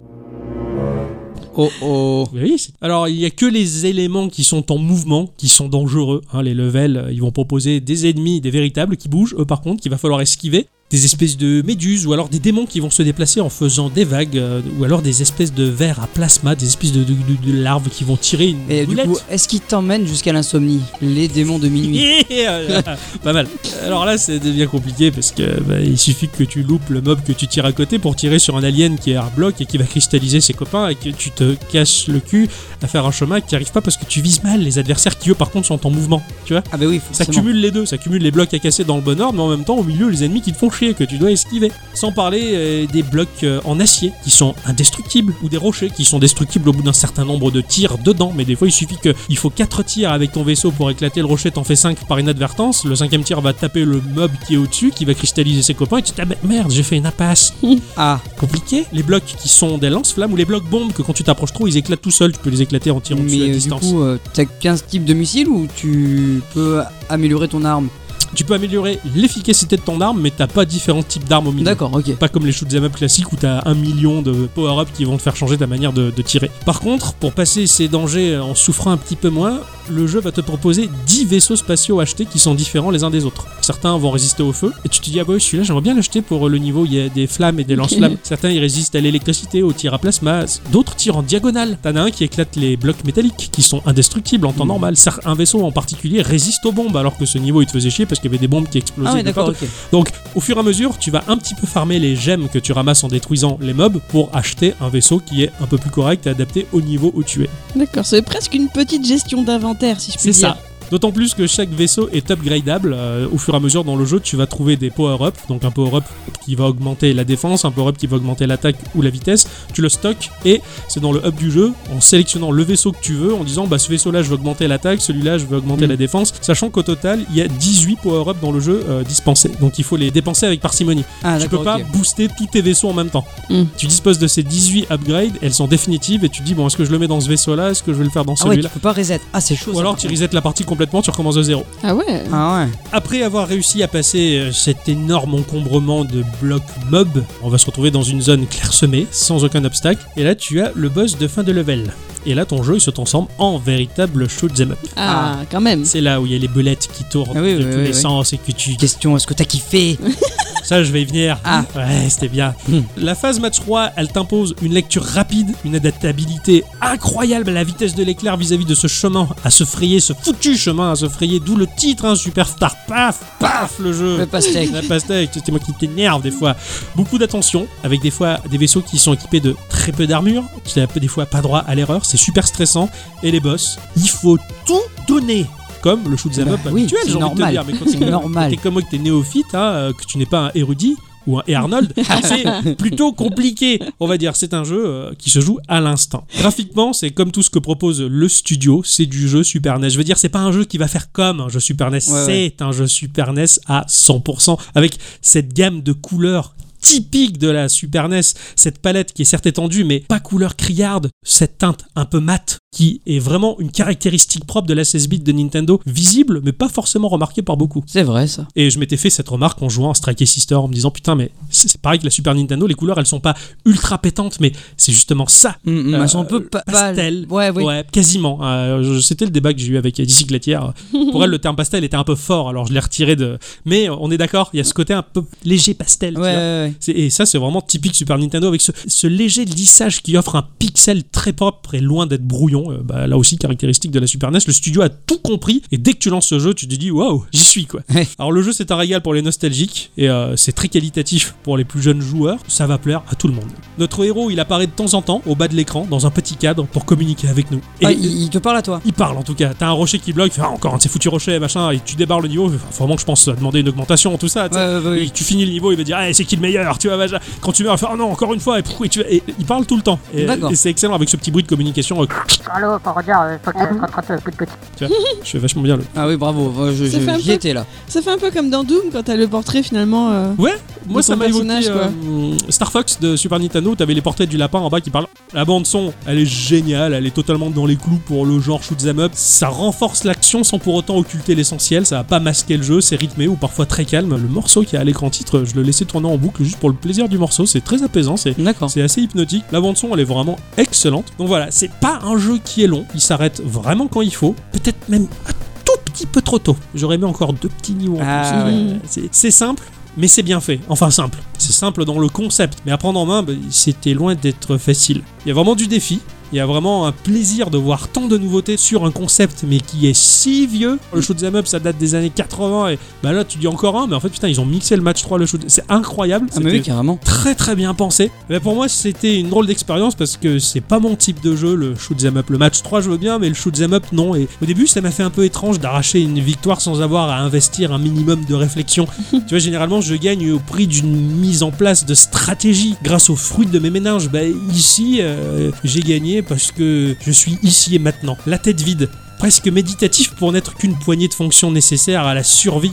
[SPEAKER 3] Oh oh.
[SPEAKER 1] Oui, c'est- Alors, il n'y a que les éléments qui sont en mouvement, qui sont dangereux. hein. les levels, euh, ils vont proposer des ennemis, des véritables qui bougent, eux par contre, qu'il va falloir esquiver. Des espèces de méduses ou alors des démons qui vont se déplacer en faisant des vagues, euh, ou alors des espèces de vers à plasma, des espèces de, de- de- de larves qui vont tirer une
[SPEAKER 3] Et du
[SPEAKER 1] boulette.
[SPEAKER 3] coup, est-ce qu'il t'emmène jusqu'à l'insomnie Les démons de minuit.
[SPEAKER 1] (laughs) Yeah Oh Pas mal. Alors là, ça devient compliqué parce que bah, il suffit que tu loupes le mob que tu tires à côté pour tirer sur un alien qui est hard block et qui va cristalliser ses copains et que tu te casses le cul à faire un chemin qui arrive pas parce que tu vises mal les adversaires qui eux par contre sont en mouvement. Tu vois
[SPEAKER 3] Ah bah oui,
[SPEAKER 1] ça
[SPEAKER 3] forcément.
[SPEAKER 1] cumule les deux, ça cumule les blocs à casser dans le bon ordre, mais en même temps au milieu les ennemis qui te font chier, que tu dois esquiver. Sans parler euh, des blocs euh, en acier qui sont indestructibles, ou des rochers qui sont destructibles au bout d'un certain nombre de tirs dedans, mais des fois il suffit que il faut 4 tirs avec ton vaisseau pour éclater le rocher, t'en fais 5 par inadvertance, le cinquième tir va taper le mob qui est au-dessus, qui va cristalliser ses copains, et tu te dis, Ah, mais merde, j'ai fait une impasse
[SPEAKER 3] Ah,
[SPEAKER 1] compliqué. Les blocs qui sont des lance-flammes ou les blocs bombes que quand tu t'approches trop, ils éclatent tout seuls. Tu peux les éclater en tirant dessus à
[SPEAKER 3] mais euh, du
[SPEAKER 1] distance.
[SPEAKER 3] coup, euh, t'as 15 types de missiles ou tu peux améliorer ton arme
[SPEAKER 1] Tu peux améliorer l'efficacité de ton arme, mais t'as pas différents types d'armes au milieu.
[SPEAKER 3] D'accord, ok.
[SPEAKER 1] Pas comme les shoot'em up classiques où t'as un million de power-up qui vont te faire changer ta manière de, de tirer. Par contre, pour passer ces dangers en souffrant un petit peu moins, le jeu va te proposer 10 vaisseaux spatiaux achetés qui sont différents les uns des autres. Certains vont résister au feu, et tu te dis, ah bah oui, celui-là, j'aimerais bien l'acheter pour euh, le niveau où il y a des flammes et des lance-flammes. Certains, ils résistent à l'électricité, au tir à plasma, d'autres tirent en diagonale. T'en as un qui éclate les blocs métalliques, qui sont indestructibles en temps
[SPEAKER 3] Mm.
[SPEAKER 1] normal. Cer- Un vaisseau en particulier résiste aux bombes, alors que ce niveau, il te faisait chier parce qu'il y avait des bombes qui explosaient.
[SPEAKER 3] Ah ouais,
[SPEAKER 1] de
[SPEAKER 3] d'accord,
[SPEAKER 1] partout.
[SPEAKER 3] ok.
[SPEAKER 1] Donc, au fur et à mesure, tu vas un petit peu farmer les gemmes que tu ramasses en détruisant les mobs pour acheter un vaisseau qui est un peu plus correct et adapté au niveau où tu es.
[SPEAKER 2] D'accord, c'est presque une petite gestion d'inventaire, si je puis
[SPEAKER 1] C'est
[SPEAKER 2] dire.
[SPEAKER 1] ça. D'autant plus que chaque vaisseau est upgradable. euh, au fur et à mesure dans le jeu, tu vas trouver des power-up. Donc un power-up qui va augmenter la défense, un power-up qui va augmenter l'attaque ou la vitesse. Tu le stockes et c'est dans le hub du jeu, en sélectionnant le vaisseau que tu veux, en disant bah ce vaisseau-là je veux augmenter l'attaque, celui-là je veux augmenter
[SPEAKER 3] Mm.
[SPEAKER 1] la défense. Sachant qu'au total, il y a 18 power-up dans le jeu euh, dispensés. Donc il faut les dépenser avec parcimonie.
[SPEAKER 3] Ah,
[SPEAKER 1] tu peux
[SPEAKER 3] d'accord,
[SPEAKER 1] pas
[SPEAKER 3] ok. Hmm.
[SPEAKER 1] booster tous tes vaisseaux en même temps.
[SPEAKER 2] Mm.
[SPEAKER 1] Tu disposes de ces 18 upgrades, elles sont définitives et tu dis bon est-ce que je le mets dans ce vaisseau-là, est-ce que je vais le faire dans
[SPEAKER 3] Ah ouais,
[SPEAKER 1] celui-là
[SPEAKER 3] tu peux pas reset. Ah, c'est chaud.
[SPEAKER 1] Ou
[SPEAKER 3] ça,
[SPEAKER 1] alors
[SPEAKER 3] par
[SPEAKER 1] tu
[SPEAKER 3] contre.
[SPEAKER 1] resets la partie complètement, tu recommences de zéro.
[SPEAKER 2] Ah ouais.
[SPEAKER 3] Ah ouais.
[SPEAKER 1] Après avoir réussi à passer euh, cet énorme encombrement de blocs mob, on va se retrouver dans une zone clairsemée, sans aucun obstacle, et là tu as le boss de fin de level. Et là ton jeu il se transforme en véritable shoot'em up.
[SPEAKER 2] Ah, quand même.
[SPEAKER 1] C'est là où il y a les belettes qui tournent
[SPEAKER 3] Hmm. Ah oui,
[SPEAKER 1] de
[SPEAKER 3] oui,
[SPEAKER 1] tous
[SPEAKER 3] oui,
[SPEAKER 1] les
[SPEAKER 3] oui.
[SPEAKER 1] sens et que tu
[SPEAKER 3] Question, est-ce que
[SPEAKER 1] (laughs)
[SPEAKER 3] t'as kiffé
[SPEAKER 1] Ça, je vais y venir.
[SPEAKER 3] Ah.
[SPEAKER 1] Ouais, c'était bien. La phase match 3, elle t'impose une lecture rapide, une adaptabilité incroyable à la vitesse de l'éclair vis-à-vis de ce chemin à se frayer, ce foutu chemin à se frayer, d'où le titre, hein, Superstar. Paf, paf, le jeu.
[SPEAKER 3] Le pastèque.
[SPEAKER 1] La pastèque, c'était moi qui t'énerve des fois. Beaucoup d'attention, avec des fois des vaisseaux qui sont équipés de très peu d'armure. Tu n'as des fois pas droit à l'erreur, c'est super stressant. Et les boss, il faut tout donner. Comme le shoot 'em
[SPEAKER 3] Bah
[SPEAKER 1] up
[SPEAKER 3] oui,
[SPEAKER 1] habituel,
[SPEAKER 3] c'est
[SPEAKER 1] j'ai envie de te
[SPEAKER 3] normal.
[SPEAKER 1] dire. Mais quand
[SPEAKER 3] C'est normal.
[SPEAKER 1] T'es comme moi que t'es néophyte, hein, euh, que tu n'es pas un érudit ou un et
[SPEAKER 3] (laughs)
[SPEAKER 1] Arnold, c'est plutôt compliqué, on va dire. C'est un jeu euh, qui se joue à l'instant. Graphiquement, c'est comme tout ce que propose le studio, c'est du jeu Super NES. Je veux dire, c'est pas un jeu qui va faire comme un jeu Super NES,
[SPEAKER 3] Ouais,
[SPEAKER 1] c'est un jeu Super NES à 100%, avec cette gamme de couleurs typique de la Super NES, cette palette qui est certes étendue mais pas couleur criarde, cette teinte un peu mate qui est vraiment une caractéristique propre de la 16-bit de Nintendo, visible mais pas forcément remarquée par beaucoup.
[SPEAKER 3] C'est vrai, ça.
[SPEAKER 1] Et je m'étais fait cette remarque en jouant à Strike et Sister en me disant putain mais c'est c'est pareil que la Super Nintendo, les couleurs elles sont pas ultra pétantes mais c'est justement ça.
[SPEAKER 3] Hum, hum,
[SPEAKER 1] Euh,
[SPEAKER 3] elles sont un peu pa-
[SPEAKER 1] pastel.
[SPEAKER 3] pâles. Ouais, Ah oui.
[SPEAKER 1] Ouais, quasiment. Euh, je- C'était le débat que j'ai eu avec Dizzy
[SPEAKER 3] (laughs)
[SPEAKER 1] Glatière. Pour elle, le terme pastel était un peu fort, alors je l'ai retiré de. Mais on est d'accord, il y a ce côté un peu léger pastel.
[SPEAKER 3] Ouais,
[SPEAKER 1] tu vois.
[SPEAKER 3] ouais, ouais.
[SPEAKER 1] C'est- Et ça, c'est vraiment typique Super Nintendo avec ce, ce léger lissage qui offre un pixel très propre et loin d'être brouillon. Euh, bah, là aussi, caractéristique de la Super NES. Le studio a tout compris et dès que tu lances ce jeu, tu te dis waouh, j'y suis quoi.
[SPEAKER 3] Ouais.
[SPEAKER 1] Alors, le jeu, c'est un régal pour les nostalgiques et euh, c'est très qualitatif pour les plus jeunes joueurs. Ça va plaire à tout le monde. Notre héros, il apparaît de temps en temps au bas de l'écran dans un petit cadre pour communiquer avec nous. Et
[SPEAKER 3] Ah, il, il te parle
[SPEAKER 1] (laughs)
[SPEAKER 3] à toi.
[SPEAKER 1] il parle en tout cas. T'as un rocher qui bloque, il fait, Ah, encore un de ces foutus rochers, machin, et tu débarres le niveau. Faut vraiment que je pense à demander une augmentation, tout ça. tu sais.
[SPEAKER 3] Ouais, ouais, ouais,
[SPEAKER 1] Et tu finis le niveau, il va dire Ah, c'est qui le meilleur meurs, tu vas machin. Quand tu meurs, il fait oh non, encore une fois, et, prou- et tu, et il parle tout le temps. Et,
[SPEAKER 3] D'accord.
[SPEAKER 1] et c'est excellent avec ce petit bruit de communication. euh,
[SPEAKER 4] Allô, pour Roger, euh, faut que ça se rattrape, euh, pout, pout.
[SPEAKER 1] je fais vachement bien le.
[SPEAKER 3] Ah oui, bravo, moi, je-
[SPEAKER 2] Ça fait un
[SPEAKER 3] je- j'y
[SPEAKER 2] peu-
[SPEAKER 3] étais là.
[SPEAKER 2] Ça fait un peu comme dans Doom quand t'as le portrait finalement. euh,
[SPEAKER 1] Ouais, moi
[SPEAKER 2] ton
[SPEAKER 1] ça m'a évoqué
[SPEAKER 2] personnage, quoi.
[SPEAKER 1] euh, Star Fox de Super Nintendo, où t'avais les portraits du lapin en bas qui parlent. La bande son, elle est géniale, elle est totalement dans les clous pour le genre shoot 'em up. Ça renforce l'action sans pour autant occulter l'essentiel, ça va pas masquer le jeu, c'est rythmé ou parfois très calme. Le morceau qui est à l'écran titre, je le laissais tourner en boucle juste pour le plaisir du morceau, c'est très apaisant, c'est
[SPEAKER 3] D'accord.
[SPEAKER 1] c'est assez hypnotique. La bande son, elle est vraiment excellente. Donc voilà, c'est pas un jeu qui est long. Il s'arrête vraiment quand il faut. Peut-être même un tout petit peu trop tôt. J'aurais mis encore deux petits niveaux. en
[SPEAKER 3] Ah
[SPEAKER 1] plus.
[SPEAKER 2] ouais.
[SPEAKER 1] Euh, c'est- C'est simple. Mais c'est bien fait, enfin simple. C'est simple dans le concept, mais à prendre en main, bah, c'était loin d'être facile. Il y a vraiment du défi, il y a vraiment un plaisir de voir tant de nouveautés sur un concept, mais qui est si vieux. Le shoot'em up, ça date des années 80, et bah là, tu dis encore un, mais en fait, putain, ils ont mixé le match 3, le shoot. C'est incroyable.
[SPEAKER 3] Ah mais oui,
[SPEAKER 1] C'était-
[SPEAKER 3] carrément.
[SPEAKER 1] très très bien pensé. Mais pour moi, c'était une drôle d'expérience parce que c'est pas mon type de jeu, le shoot 'em up. Le match 3, je veux bien, mais le shoot 'em up, non. Et au début, ça m'a fait un peu étrange d'arracher une victoire sans avoir à investir un minimum de réflexion. tu vois, généralement, je gagne au prix d'une mise en place de stratégie grâce aux fruits de mes méninges. Bah, ici, euh, j'ai gagné parce que je suis ici et maintenant, la tête vide. Presque méditatif pour n'être qu'une poignée de fonctions nécessaires à la survie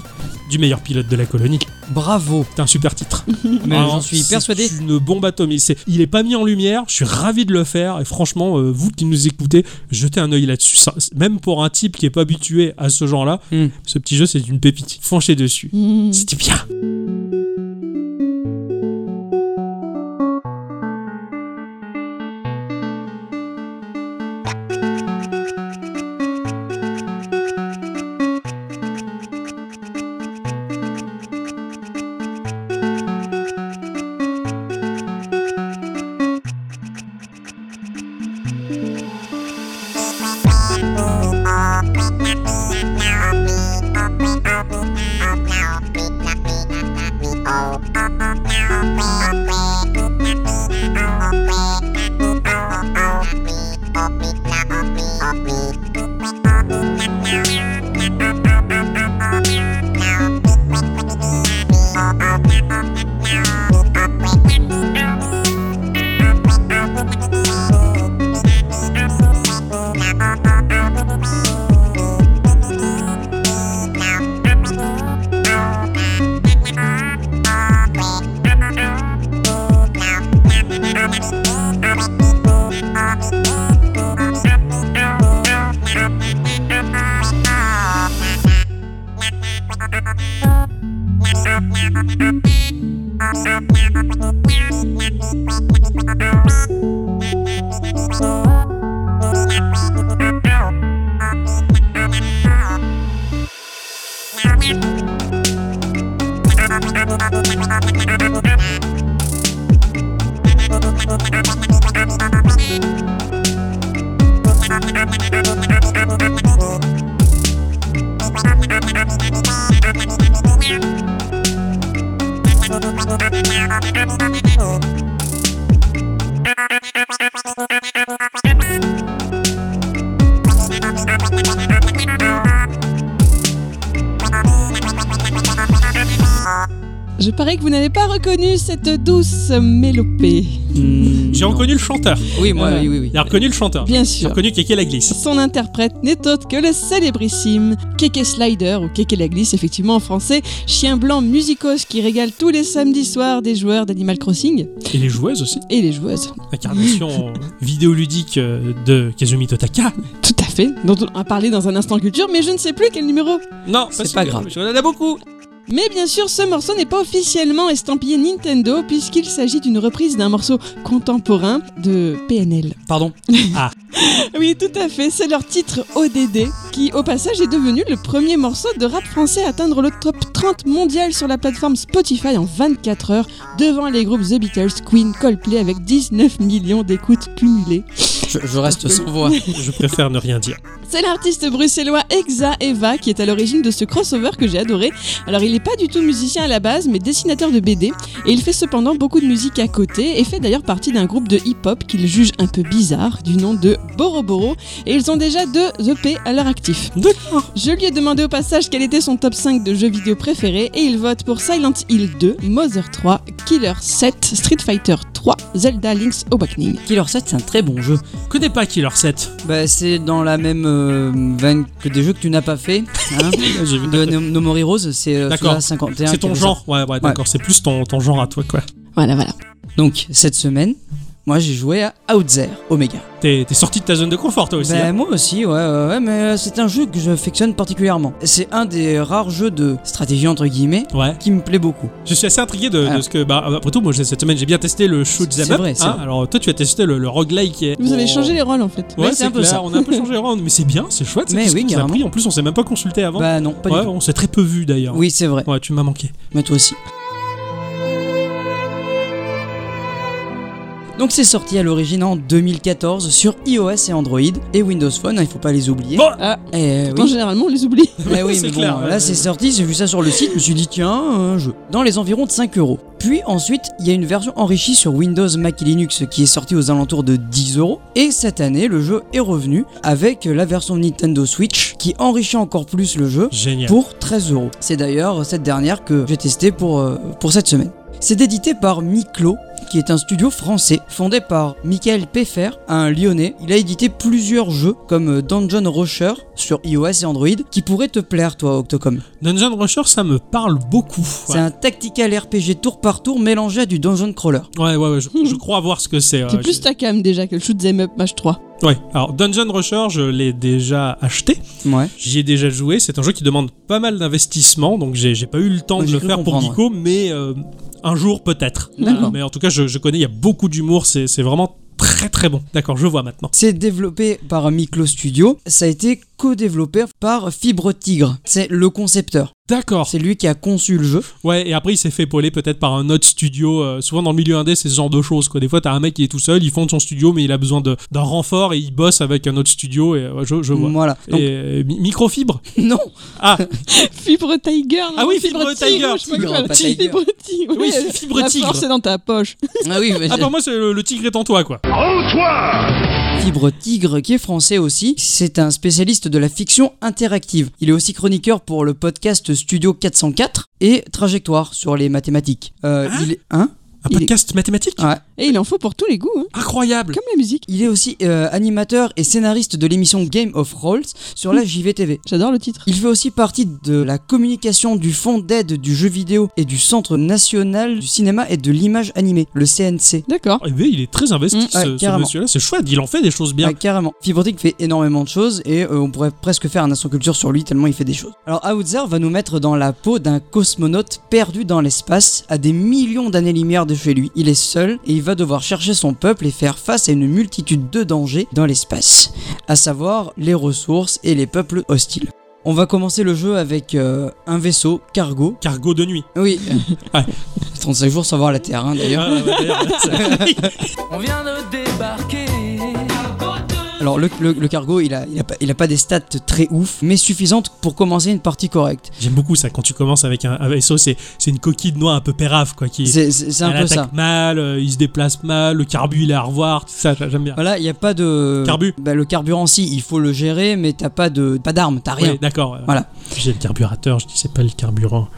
[SPEAKER 1] du meilleur pilote de la colonie.
[SPEAKER 3] Bravo.
[SPEAKER 1] C'est un super titre.
[SPEAKER 3] Mais
[SPEAKER 1] Vraiment,
[SPEAKER 3] Ah, j'en suis
[SPEAKER 1] Ah, c'est
[SPEAKER 3] persuadé.
[SPEAKER 1] une bombe atomique. C'est- il est pas mis en lumière. Je suis ravi de le faire. Et franchement, euh, vous qui nous écoutez, jetez un œil là-dessus. Ça- Même pour un type qui est pas habitué à ce genre-là,
[SPEAKER 3] Hmm.
[SPEAKER 1] ce petit jeu, c'est une pépite. Fonchez dessus.
[SPEAKER 2] hmm.
[SPEAKER 1] C'était bien.
[SPEAKER 2] Je parie que vous n'avez pas reconnu cette douce mélopée.
[SPEAKER 3] Hmm,
[SPEAKER 1] J'ai
[SPEAKER 3] non.
[SPEAKER 1] reconnu le chanteur.
[SPEAKER 3] Oui, moi,
[SPEAKER 2] Ah.
[SPEAKER 3] oui, oui, oui.
[SPEAKER 1] Il a reconnu le chanteur.
[SPEAKER 2] Bien
[SPEAKER 1] J'ai
[SPEAKER 2] sûr.
[SPEAKER 1] reconnu Kéké la glisse.
[SPEAKER 2] Son interprète n'est autre que le célébrissime Keke Slider, ou Keke la glisse effectivement en français, chien blanc musicos qui régale tous les samedis soirs des joueurs d'Animal Crossing
[SPEAKER 1] Et les joueuses aussi.
[SPEAKER 2] et les joueuses.
[SPEAKER 1] Incarnation vidéoludique euh, de Kazumi Totaka.
[SPEAKER 2] Tout à fait, dont on a parlé dans un instant culture, mais je ne sais plus quel numéro.
[SPEAKER 1] Non,
[SPEAKER 3] C'est
[SPEAKER 1] parce
[SPEAKER 3] pas
[SPEAKER 1] que-
[SPEAKER 3] grave.
[SPEAKER 1] Je en ai beaucoup.
[SPEAKER 2] Mais bien sûr, ce morceau n'est pas officiellement estampillé Nintendo puisqu'il s'agit d'une reprise d'un morceau contemporain de PNL.
[SPEAKER 3] Pardon.
[SPEAKER 2] (laughs) Oui, tout à fait, c'est leur titre ODD qui, au passage, est devenu le premier morceau de rap français à atteindre le top 30 mondial sur la plateforme Spotify en 24 heures devant les groupes The Beatles, Queen, Coldplay avec 19 millions d'écoutes cumulées.
[SPEAKER 1] Je
[SPEAKER 3] Je, je reste sans voix.
[SPEAKER 1] Je préfère ne rien dire.
[SPEAKER 2] C'est l'artiste bruxellois Exa Eva qui est à l'origine de ce crossover que j'ai adoré. Alors il n'est pas du tout musicien à la base, mais dessinateur de BD, et il fait cependant beaucoup de musique à côté, et fait d'ailleurs partie d'un groupe de hip-hop qu'il juge un peu bizarre, du nom de Boroboro, et ils ont déjà deux EP à leur actif.
[SPEAKER 1] D'accord.
[SPEAKER 2] Je lui ai demandé au passage quel était son top 5 de jeux vidéo préférés, et il vote pour Silent Hill 2, Mother 3, Killer 7, Street Fighter 3, Zelda Link's Awakening.
[SPEAKER 3] (laughs) Killer 7, c'est un très bon jeu.
[SPEAKER 1] Je connais pas Killer 7.
[SPEAKER 3] Bah, c'est dans la même euh, veine que des jeux que tu n'as pas fait. Hein, (laughs)
[SPEAKER 1] J'ai vu.
[SPEAKER 3] de No, No More Heroes, c'est euh,
[SPEAKER 1] D'accord.
[SPEAKER 3] celui-là, 51.
[SPEAKER 1] C'est
[SPEAKER 3] qui
[SPEAKER 1] ton
[SPEAKER 3] avait ça.
[SPEAKER 1] genre. Ouais, ouais, d'accord. C'est plus ton, ton genre à toi, quoi.
[SPEAKER 2] Voilà, voilà.
[SPEAKER 3] Donc, cette semaine, moi j'ai joué à Outzer Omega.
[SPEAKER 1] T'es t'es sorti de ta zone de confort, toi aussi.
[SPEAKER 3] Ben,
[SPEAKER 1] hein.
[SPEAKER 3] moi aussi, ouais, ouais, ouais, mais euh, c'est un jeu que j'affectionne particulièrement. C'est un des rares jeux de stratégie, entre guillemets,
[SPEAKER 1] hein. Ouais,
[SPEAKER 3] qui me plaît beaucoup.
[SPEAKER 1] je suis assez intrigué de, de
[SPEAKER 3] Ah.
[SPEAKER 1] ce que. Bah, après tout, moi j'ai- cette semaine j'ai bien testé le shoot
[SPEAKER 3] C'est
[SPEAKER 1] them up.
[SPEAKER 3] vrai, c'est
[SPEAKER 1] hein.
[SPEAKER 3] vrai.
[SPEAKER 1] Alors toi tu as testé le, le roguelike. Qui est...
[SPEAKER 2] Vous avez changé les rôles en fait.
[SPEAKER 1] Oh. Ouais,
[SPEAKER 3] Ouais,
[SPEAKER 1] c'est un peu ça. On a un peu changé round, mais c'est bien, c'est chouette. c'est
[SPEAKER 3] Mais
[SPEAKER 1] tout ce
[SPEAKER 3] oui,
[SPEAKER 1] qu'on nous a
[SPEAKER 3] carrément.
[SPEAKER 1] pris. En plus, on s'est même pas consulté avant.
[SPEAKER 3] Bah non, pas
[SPEAKER 1] ouais,
[SPEAKER 3] du tout.
[SPEAKER 1] on s'est très peu vu d'ailleurs.
[SPEAKER 3] Oui, c'est vrai.
[SPEAKER 1] Ouais, tu m'as manqué.
[SPEAKER 3] Mais toi aussi. Donc c'est sorti à l'origine en 2014 sur iOS et Android et Windows Phone, hein, il faut pas les oublier.
[SPEAKER 1] Bon.
[SPEAKER 3] Eh
[SPEAKER 2] Pourtant,
[SPEAKER 3] oui.
[SPEAKER 2] généralement, on les oublie.
[SPEAKER 3] Eh oui,
[SPEAKER 1] C'est
[SPEAKER 3] mais bon,
[SPEAKER 1] clair, ouais.
[SPEAKER 3] là c'est sorti, j'ai vu ça sur le site, je me suis dit tiens, un jeu. Dans les environs de 5 euros. Puis ensuite, il y a une version enrichie sur Windows, Mac et Linux qui est sortie aux alentours de 10 euros. Et cette année, le jeu est revenu avec la version Nintendo Switch qui enrichit encore plus le jeu
[SPEAKER 1] Génial.
[SPEAKER 3] pour 13 euros. C'est d'ailleurs cette dernière que j'ai testée pour, euh, pour cette semaine. C'est édité par Miklo, qui est un studio français fondé par Michael Peffer, un lyonnais. Il a édité plusieurs jeux comme euh, Dungeon Rusher sur iOS et Android qui pourraient te plaire, toi, Octocom.
[SPEAKER 1] Dungeon Rusher, ça me parle beaucoup.
[SPEAKER 3] C'est un tactical RPG tour par tour mélangé à du dungeon crawler.
[SPEAKER 1] Ouais, ouais, ouais, je,
[SPEAKER 3] (laughs)
[SPEAKER 1] je crois voir ce que c'est. euh,
[SPEAKER 2] C'est plus ta cam déjà que le shoot them up match 3.
[SPEAKER 1] je- Ouais, alors Dungeon Rusher, je l'ai déjà acheté.
[SPEAKER 3] Ouais.
[SPEAKER 1] J'y ai déjà joué. C'est un jeu qui demande pas mal d'investissement, donc j'ai j'ai pas eu le temps
[SPEAKER 3] Ouais,
[SPEAKER 1] de
[SPEAKER 3] j'ai
[SPEAKER 1] le
[SPEAKER 3] cru
[SPEAKER 1] faire pour
[SPEAKER 3] comprendre,
[SPEAKER 1] Geeko, mais euh, un jour peut-être.
[SPEAKER 3] D'accord.
[SPEAKER 1] Mais en tout cas, je, je connais, il y a beaucoup d'humour, c'est c'est vraiment très très bon. D'accord, je vois maintenant.
[SPEAKER 3] C'est développé par Miklo Studio. Ça a été co-développé par Fibre Tigre. C'est le concepteur.
[SPEAKER 1] D'accord.
[SPEAKER 3] C'est lui qui a conçu le jeu.
[SPEAKER 1] Ouais, et après, il s'est fait épauler peut-être par un autre studio. euh, souvent, dans le milieu indé, c'est ce genre de choses. Quoi. Des fois, t'as un mec qui est tout seul, il fonde son studio, mais il a besoin de- d'un renfort et il bosse avec un autre studio. Et ouais, je, je vois.
[SPEAKER 3] Voilà. Mm. Donc,
[SPEAKER 1] Et, euh, mi- microfibre
[SPEAKER 3] non,
[SPEAKER 1] Ah,
[SPEAKER 2] Fibre Tiger. non,
[SPEAKER 1] Ah oui, Fibre
[SPEAKER 2] tigre,
[SPEAKER 1] Tiger,
[SPEAKER 2] je sais pas
[SPEAKER 3] tigre,
[SPEAKER 2] quoi, Fibre
[SPEAKER 3] pas tiger.
[SPEAKER 2] tigre.
[SPEAKER 1] Oui, c'est Fibre
[SPEAKER 2] la
[SPEAKER 1] Tigre.
[SPEAKER 2] force est dans ta poche.
[SPEAKER 3] Ah oui, bah,
[SPEAKER 1] ah pour moi, c'est le, le tigre est en toi, quoi.
[SPEAKER 3] Fibre Tigre, qui est français aussi, c'est un spécialiste de la fiction interactive. Il est aussi chroniqueur pour le podcast Studio 404 et Trajectoire sur les mathématiques. Euh,
[SPEAKER 1] Hein
[SPEAKER 3] il est... Hein
[SPEAKER 1] Un
[SPEAKER 3] Il est- Ah.
[SPEAKER 1] podcast mathématique
[SPEAKER 3] Ouais.
[SPEAKER 2] Et il en faut pour tous les goûts, hein.
[SPEAKER 1] Incroyable
[SPEAKER 2] comme la musique.
[SPEAKER 3] Il est aussi euh, animateur et scénariste de l'émission Game of Rolls sur la JVTV.
[SPEAKER 2] J'adore le titre.
[SPEAKER 3] Il fait aussi partie de la communication du Fonds d'aide du jeu vidéo et du Centre national du cinéma et de l'image animée, le CNC.
[SPEAKER 2] D'accord.
[SPEAKER 1] Eh bien, il est très investi,
[SPEAKER 2] Mm,
[SPEAKER 1] ce,
[SPEAKER 3] ouais,
[SPEAKER 1] ce
[SPEAKER 3] carrément.
[SPEAKER 1] monsieur-là. C'est chouette, il en fait des choses bien.
[SPEAKER 3] Ouais, carrément. Fibrotic fait énormément de choses et euh, on pourrait presque faire un instant culture sur lui tellement il fait des choses. Alors Outzer va nous mettre dans la peau d'un cosmonaute perdu dans l'espace à des millions d'années-lumière de chez lui. Il est seul et il va devoir chercher son peuple et faire face à une multitude de dangers dans l'espace, à savoir les ressources et les peuples hostiles. On va commencer le jeu avec euh, un vaisseau cargo.
[SPEAKER 1] Cargo de nuit.
[SPEAKER 3] (laughs) Oui.
[SPEAKER 1] Ouais.
[SPEAKER 3] 35 jours sans voir la Terre hein, d'ailleurs.
[SPEAKER 1] Ah, ouais,
[SPEAKER 3] (laughs)
[SPEAKER 1] d'ailleurs, c'est-
[SPEAKER 5] On vient de débarquer.
[SPEAKER 3] Alors le, le- le cargo, il a, il, a pas, il a pas des stats très ouf, mais suffisantes pour commencer une partie correcte.
[SPEAKER 1] J'aime beaucoup ça, quand tu commences avec un, un vaisseau, c'est c'est une coquille de noix un peu pérave, quoi. Qui,
[SPEAKER 3] C'est c'est- c'est un
[SPEAKER 1] elle
[SPEAKER 3] peu
[SPEAKER 1] attaque
[SPEAKER 3] ça.
[SPEAKER 1] mal, euh, il se déplace mal, le carbu il est à revoir, tout ça, j'aime bien.
[SPEAKER 3] Voilà, il n'y a pas de...
[SPEAKER 1] Carbu.
[SPEAKER 3] Bah, le carburant, si, il faut le gérer, mais t'as pas de pas d'armes, t'as rien.
[SPEAKER 1] Oui, d'accord. euh,
[SPEAKER 3] Voilà.
[SPEAKER 1] J'ai le carburateur, je dis c'est pas le carburant.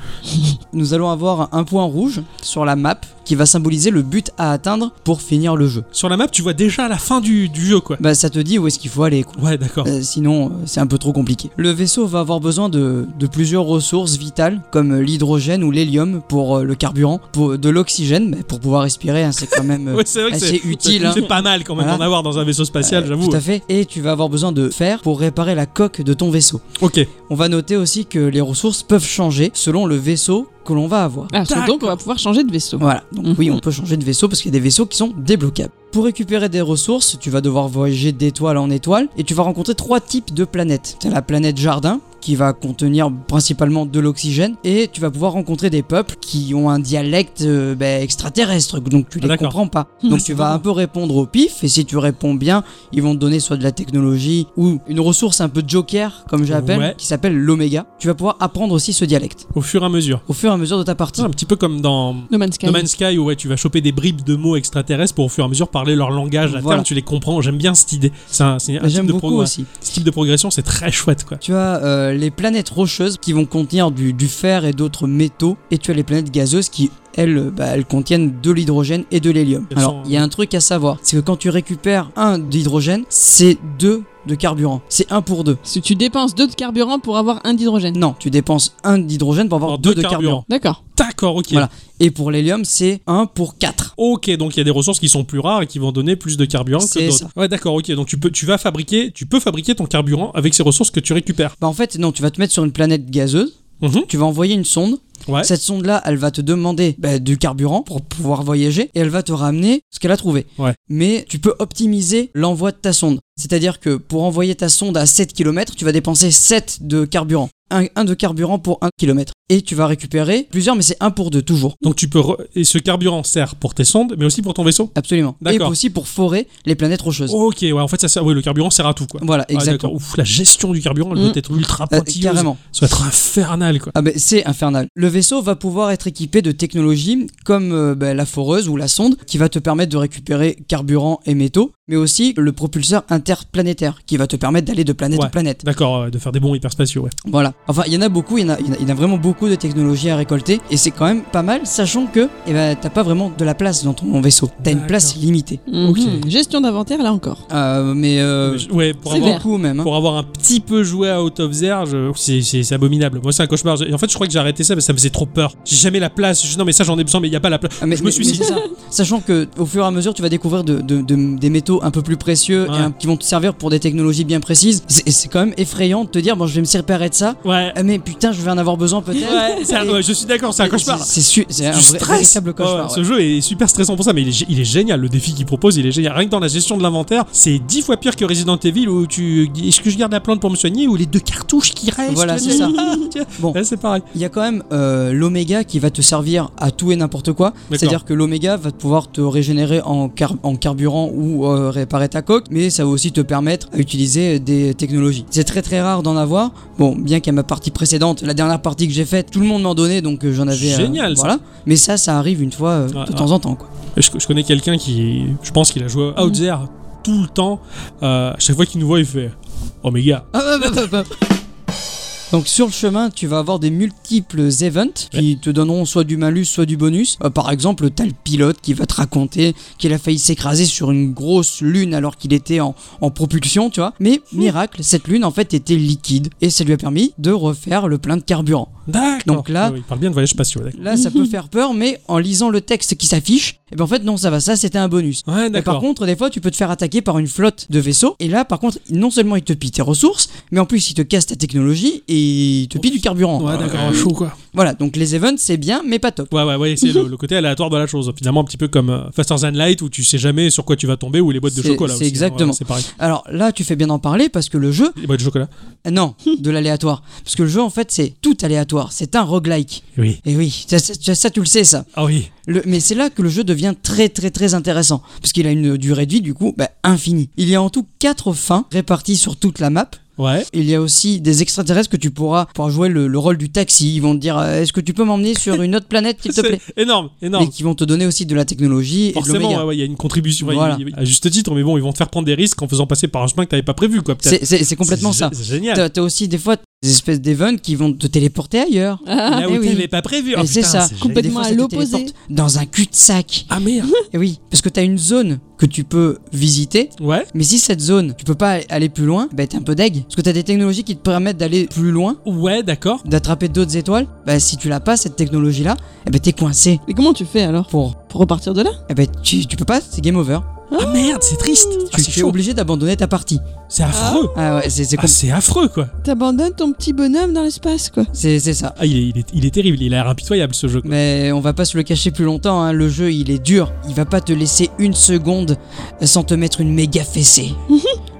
[SPEAKER 3] Nous allons avoir un point rouge sur la map qui va symboliser le but à atteindre pour finir le jeu.
[SPEAKER 1] Sur la map, tu vois déjà la fin du, du jeu, quoi.
[SPEAKER 3] Bah ça te dit où est-ce qu'il faut aller. quoi.
[SPEAKER 1] Ouais, d'accord.
[SPEAKER 3] Euh, sinon, euh, c'est un peu trop compliqué. Le vaisseau va avoir besoin de, de plusieurs ressources vitales, comme euh, l'hydrogène ou l'hélium pour euh, le carburant, pour, de l'oxygène bah, pour pouvoir respirer, hein, c'est
[SPEAKER 1] (laughs)
[SPEAKER 3] quand même... euh,
[SPEAKER 1] Ouais, c'est vrai que
[SPEAKER 3] assez
[SPEAKER 1] c'est
[SPEAKER 3] utile, hein.
[SPEAKER 1] C'est pas mal quand même
[SPEAKER 3] Voilà.
[SPEAKER 1] d'en avoir dans un vaisseau spatial,
[SPEAKER 3] Euh,
[SPEAKER 1] j'avoue.
[SPEAKER 3] Tout à fait. Et tu vas avoir besoin de fer pour réparer la coque de ton vaisseau.
[SPEAKER 1] Ok.
[SPEAKER 3] On va noter aussi que les ressources peuvent changer selon le vaisseau que l'on va avoir.
[SPEAKER 2] Ah,
[SPEAKER 1] D'accord.
[SPEAKER 2] donc on va pouvoir changer de vaisseau.
[SPEAKER 3] Voilà, donc oui,
[SPEAKER 2] Mhm.
[SPEAKER 3] on peut changer de vaisseau parce qu'il y a des vaisseaux qui sont débloquables. Pour récupérer des ressources, tu vas devoir voyager d'étoile en étoile et tu vas rencontrer trois types de planètes. T'as la planète jardin qui va contenir principalement de l'oxygène et tu vas pouvoir rencontrer des peuples qui ont un dialecte euh, bah, extraterrestre donc tu
[SPEAKER 1] Ah,
[SPEAKER 3] les
[SPEAKER 1] d'accord. (laughs)
[SPEAKER 3] comprends pas.
[SPEAKER 2] Hmm,
[SPEAKER 3] Donc
[SPEAKER 2] c'est
[SPEAKER 3] tu vas
[SPEAKER 2] marrant.
[SPEAKER 3] un peu répondre au pif et si tu réponds bien, ils vont te donner soit de la technologie ou une ressource un peu joker comme j'appelle
[SPEAKER 1] Ouais.
[SPEAKER 3] qui s'appelle l'oméga. Tu vas pouvoir apprendre aussi ce dialecte
[SPEAKER 1] au fur et à mesure.
[SPEAKER 3] au fur et à mesure de ta partie.
[SPEAKER 1] Un petit peu comme dans
[SPEAKER 2] No Man's Sky.
[SPEAKER 1] No Man's Sky où ouais, tu vas choper des bribes de mots extraterrestres pour au fur et à mesure parler leur langage. À
[SPEAKER 3] Voilà.
[SPEAKER 1] terme, tu les comprends. J'aime bien cette idée. C'est un, c'est un
[SPEAKER 3] Bah,
[SPEAKER 1] type,
[SPEAKER 3] J'aime
[SPEAKER 1] de
[SPEAKER 3] beaucoup
[SPEAKER 1] progr-
[SPEAKER 3] aussi.
[SPEAKER 1] ce type de progression, c'est très chouette quoi.
[SPEAKER 3] Tu as euh, les planètes rocheuses qui vont contenir du, du fer et d'autres métaux, et tu as les planètes gazeuses qui, elles, euh, bah, elles contiennent de l'hydrogène et de l'hélium.
[SPEAKER 1] Elles sont- euh,
[SPEAKER 3] Alors, il y a un truc à savoir, c'est que quand tu récupères un d'hydrogène, c'est deux de carburant. C'est un pour deux.
[SPEAKER 2] Si tu dépenses deux de carburant pour avoir un d'hydrogène.
[SPEAKER 3] Non, tu dépenses un d'hydrogène pour avoir
[SPEAKER 1] Alors,
[SPEAKER 3] deux,
[SPEAKER 1] deux
[SPEAKER 3] de carburant.
[SPEAKER 1] carburants.
[SPEAKER 2] D'accord.
[SPEAKER 1] D'accord, ok.
[SPEAKER 3] Voilà. Et pour l'hélium, c'est un pour quatre.
[SPEAKER 1] Ok, donc il y a des ressources qui sont plus rares et qui vont donner plus de carburant que
[SPEAKER 3] C'est
[SPEAKER 1] d'autres. Ouais, d'accord, ok. Donc tu peux, tu vas fabriquer, tu peux fabriquer ton carburant avec ces ressources que tu récupères.
[SPEAKER 3] Bah en fait, non, tu vas te mettre sur une planète gazeuse,
[SPEAKER 1] Mhm,
[SPEAKER 3] tu vas envoyer une sonde,
[SPEAKER 1] Ouais.
[SPEAKER 3] Cette sonde-là, elle va te demander bah, du carburant pour pouvoir voyager et elle va te ramener ce qu'elle a trouvé.
[SPEAKER 1] Ouais.
[SPEAKER 3] Mais tu peux optimiser l'envoi de ta sonde. C'est-à-dire que pour envoyer ta sonde à 7 km, tu vas dépenser 7 de carburant. Un, un de carburant pour 1 km. Et tu vas récupérer plusieurs, mais c'est un pour deux toujours.
[SPEAKER 1] Donc tu peux re- et ce carburant sert pour tes sondes, mais aussi pour ton vaisseau.
[SPEAKER 3] Absolument. Et
[SPEAKER 1] D'accord.
[SPEAKER 3] aussi pour forer les planètes rocheuses.
[SPEAKER 1] Ok, ouais. En fait, ça sert. Oui, le carburant sert à tout quoi.
[SPEAKER 3] Voilà,
[SPEAKER 1] Ouais, Ah, d'accord.
[SPEAKER 3] exactement.
[SPEAKER 1] Ouf, la gestion du carburant, elle
[SPEAKER 2] Mm.
[SPEAKER 1] doit être ultra
[SPEAKER 3] Euh,
[SPEAKER 1] pointilleuse.
[SPEAKER 3] carrément.
[SPEAKER 1] Ça doit être infernal quoi.
[SPEAKER 3] Ah ben c'est infernal. Le vaisseau va pouvoir être équipé de technologies comme euh, ben, la foreuse ou la sonde qui va te permettre de récupérer carburant et métaux, mais aussi le propulseur interplanétaire qui va te permettre d'aller de planète
[SPEAKER 1] Ouais.
[SPEAKER 3] en planète.
[SPEAKER 1] D'accord, ouais, de faire des bons hyperspatiaux, ouais.
[SPEAKER 3] Voilà. Enfin, il y en a beaucoup, il y en a, il y en a- il y en a vraiment beaucoup de technologies à récolter et c'est quand même pas mal, sachant que eh ben, t'as pas vraiment de la place dans ton vaisseau. T'as une
[SPEAKER 1] D'accord.
[SPEAKER 3] place limitée.
[SPEAKER 2] Mhm. Gestion d'inventaire, là encore.
[SPEAKER 3] Euh, mais euh,
[SPEAKER 1] ouais, pour
[SPEAKER 2] C'est
[SPEAKER 1] avoir,
[SPEAKER 2] vert.
[SPEAKER 3] beaucoup même. hein.
[SPEAKER 1] pour avoir un petit peu joué à Out of There, je- c'est- c'est c'est abominable. Moi, c'est un cauchemar. J'ai- En fait, je crois que j'ai arrêté ça parce que ça me faisait trop peur. J'ai jamais la place. Je- non, mais ça, j'en ai besoin, mais il n'y a pas la place.
[SPEAKER 3] Ah, mais-
[SPEAKER 1] je me
[SPEAKER 3] mais-
[SPEAKER 1] suis
[SPEAKER 3] mais
[SPEAKER 1] dit.
[SPEAKER 3] c'est ça. Sachant que au fur et à mesure, tu vas découvrir de- de- de- des métaux un peu plus précieux
[SPEAKER 1] Ouais.
[SPEAKER 3] et, euh, qui vont te servir pour des technologies bien précises. C'est c'est quand même effrayant de te dire bon, je vais me séparer de ça.
[SPEAKER 1] Ouais,
[SPEAKER 3] Ah, Mais putain, je vais en avoir besoin peut-être.
[SPEAKER 1] (laughs) ouais, c'est un- ouais, je suis d'accord, c'est un cauchemar.
[SPEAKER 3] C'est su- c'est
[SPEAKER 1] Du
[SPEAKER 3] un vrai,
[SPEAKER 1] stress.
[SPEAKER 3] véritable cauchemar.
[SPEAKER 1] Ouais,
[SPEAKER 3] ouais.
[SPEAKER 1] Ce jeu est super stressant pour ça, mais il est, gé- il est génial. Le défi qu'il propose, il est génial. Rien que dans la gestion de l'inventaire, c'est dix fois pire que Resident Evil où tu. Est-ce que je garde la plante pour me soigner ou les deux cartouches qui restent
[SPEAKER 3] Voilà, c'est ça.
[SPEAKER 1] Tiens.
[SPEAKER 3] Bon.
[SPEAKER 1] Ouais, c'est pareil.
[SPEAKER 3] Il y a quand même euh, l'oméga qui va te servir à tout et n'importe quoi.
[SPEAKER 1] D'accord.
[SPEAKER 3] C'est-à-dire que l'oméga va pouvoir te régénérer en, car- en carburant ou euh, réparer ta coque, mais ça va aussi te permettre à utiliser des technologies. C'est très très rare d'en avoir. Bon, bien qu'à ma partie précédente, la dernière partie que j'ai faite, tout le monde m'en donnait, donc euh, j'en avais. euh,
[SPEAKER 1] Génial, ça.
[SPEAKER 3] Voilà. Mais ça, ça arrive une fois euh,
[SPEAKER 1] Ouais,
[SPEAKER 3] de
[SPEAKER 1] ouais.
[SPEAKER 3] temps en temps. Quoi.
[SPEAKER 1] Je, je connais quelqu'un qui, je pense qu'il a joué à Outzer
[SPEAKER 3] Mm.
[SPEAKER 1] tout le temps. Euh, à chaque fois qu'il nous voit, il fait Oh, mes gars.
[SPEAKER 3] Ah, bah, bah, bah, bah. Donc sur le chemin, tu vas avoir des multiples events qui te donneront soit du malus, soit du bonus. Euh, par exemple, t'as le pilote qui va te raconter qu'il a failli s'écraser sur une grosse lune alors qu'il était en, en propulsion, tu vois. Mais miracle, cette lune en fait était liquide et ça lui a permis de refaire le plein de carburant.
[SPEAKER 1] D'accord.
[SPEAKER 3] Donc là-
[SPEAKER 1] Ah oui, il parle bien de voyage spatiaux. d'accord.
[SPEAKER 3] Là, ça peut faire peur, mais en lisant le texte qui s'affiche, et ben en fait non, ça va, ça c'était un bonus.
[SPEAKER 1] Ouais,
[SPEAKER 3] (laughs) Mais par
[SPEAKER 1] d'accord.
[SPEAKER 3] contre, des fois, tu peux te faire attaquer par une flotte de vaisseaux. Et là, par contre, non seulement il te pille tes ressources, mais en plus, il te casse ta technologie et il te pille du carburant.
[SPEAKER 1] Ouais, d'accord, chaud quoi.
[SPEAKER 3] Voilà, donc les events, c'est bien, mais pas top.
[SPEAKER 1] Ouais, ouais, ouais, c'est le, le côté aléatoire de la chose. Finalement, un petit peu comme euh, Faster Than Light où tu sais jamais sur quoi tu vas tomber ou les boîtes de
[SPEAKER 3] C'est-
[SPEAKER 1] chocolat.
[SPEAKER 3] c'est
[SPEAKER 1] aussi. hein.
[SPEAKER 3] exactement.
[SPEAKER 1] Ouais, c'est pareil.
[SPEAKER 3] Alors là, tu fais bien d'en parler parce que le jeu.
[SPEAKER 1] Les boîtes de chocolat. (laughs)
[SPEAKER 3] Ah Non, de l'aléatoire. Parce que le jeu, en fait, c'est tout aléatoire. C'est un roguelike.
[SPEAKER 1] Oui.
[SPEAKER 3] Et oui, ça, ça- ça, tu le sais, ça.
[SPEAKER 1] Ah oui.
[SPEAKER 3] Le- mais c'est là que le jeu devient très très très intéressant, parce qu'il a une durée de vie du coup bah, infinie. Il y a en tout quatre fins réparties sur toute la map,
[SPEAKER 1] Ouais.
[SPEAKER 3] Il y a aussi des extraterrestres que tu pourras pour jouer le, le rôle du taxi. Ils vont te dire euh, Est-ce que tu peux m'emmener sur une autre planète, s'il te plaît
[SPEAKER 1] (laughs) C'est énorme,
[SPEAKER 3] Mais
[SPEAKER 1] énorme.
[SPEAKER 3] qui vont te donner aussi de la technologie et de
[SPEAKER 1] Forcément, ouais, ouais,
[SPEAKER 3] l'oméga.
[SPEAKER 1] il y a une contribution ouais,
[SPEAKER 3] Voilà.
[SPEAKER 1] il- il- à juste titre, mais bon, ils vont te faire prendre des risques en faisant passer par un chemin que t'avais pas prévu, quoi. peut-être.
[SPEAKER 3] C'est- C'est c'est complètement
[SPEAKER 1] C'est
[SPEAKER 3] ça.
[SPEAKER 1] gé- C'est génial.
[SPEAKER 3] T'as t'as aussi des fois des espèces d'events qui vont te téléporter ailleurs.
[SPEAKER 1] Là où
[SPEAKER 3] Eh oui.
[SPEAKER 1] t'avais pas prévu. Ah,
[SPEAKER 3] Et c'est
[SPEAKER 1] putain,
[SPEAKER 3] ça,
[SPEAKER 1] génial.
[SPEAKER 3] Et des
[SPEAKER 2] complètement
[SPEAKER 3] fois,
[SPEAKER 2] à
[SPEAKER 3] ça te
[SPEAKER 2] l'opposé.
[SPEAKER 3] téléporte Dans un cul-de-sac.
[SPEAKER 1] Ah merde.
[SPEAKER 3] Et oui, parce que t'as une zone que tu peux visiter.
[SPEAKER 1] (laughs) Ouais.
[SPEAKER 3] Mais si cette zone, tu peux pas aller plus loin, bah t'es un peu deg. Parce que t'as des technologies qui te permettent d'aller plus loin,
[SPEAKER 1] Ouais, d'accord.
[SPEAKER 3] d'attraper d'autres étoiles. Bah si tu l'as pas, cette technologie-là, eh ben t'es coincé.
[SPEAKER 2] Et comment tu fais alors
[SPEAKER 3] Pour
[SPEAKER 2] pour repartir de là
[SPEAKER 3] Eh ben, tu, tu peux pas, c'est game over.
[SPEAKER 1] Ah merde, c'est triste. Ah,
[SPEAKER 3] tu
[SPEAKER 1] c'est
[SPEAKER 3] tu es
[SPEAKER 1] chaud.
[SPEAKER 3] obligé d'abandonner ta partie.
[SPEAKER 1] C'est affreux.
[SPEAKER 3] Ah ouais, c'est c'est
[SPEAKER 1] Ah,
[SPEAKER 3] compl-
[SPEAKER 1] c'est affreux, quoi.
[SPEAKER 2] T'abandonnes ton petit bonhomme dans l'espace, quoi.
[SPEAKER 3] c'est- c'est ça.
[SPEAKER 1] Ah, il est, il est, il est terrible. Il a l'air impitoyable, ce jeu. quoi.
[SPEAKER 3] Mais on va pas se le cacher plus longtemps, hein. le jeu il est dur, il va pas te laisser
[SPEAKER 1] (laughs)
[SPEAKER 3] une seconde sans te mettre une méga fessée.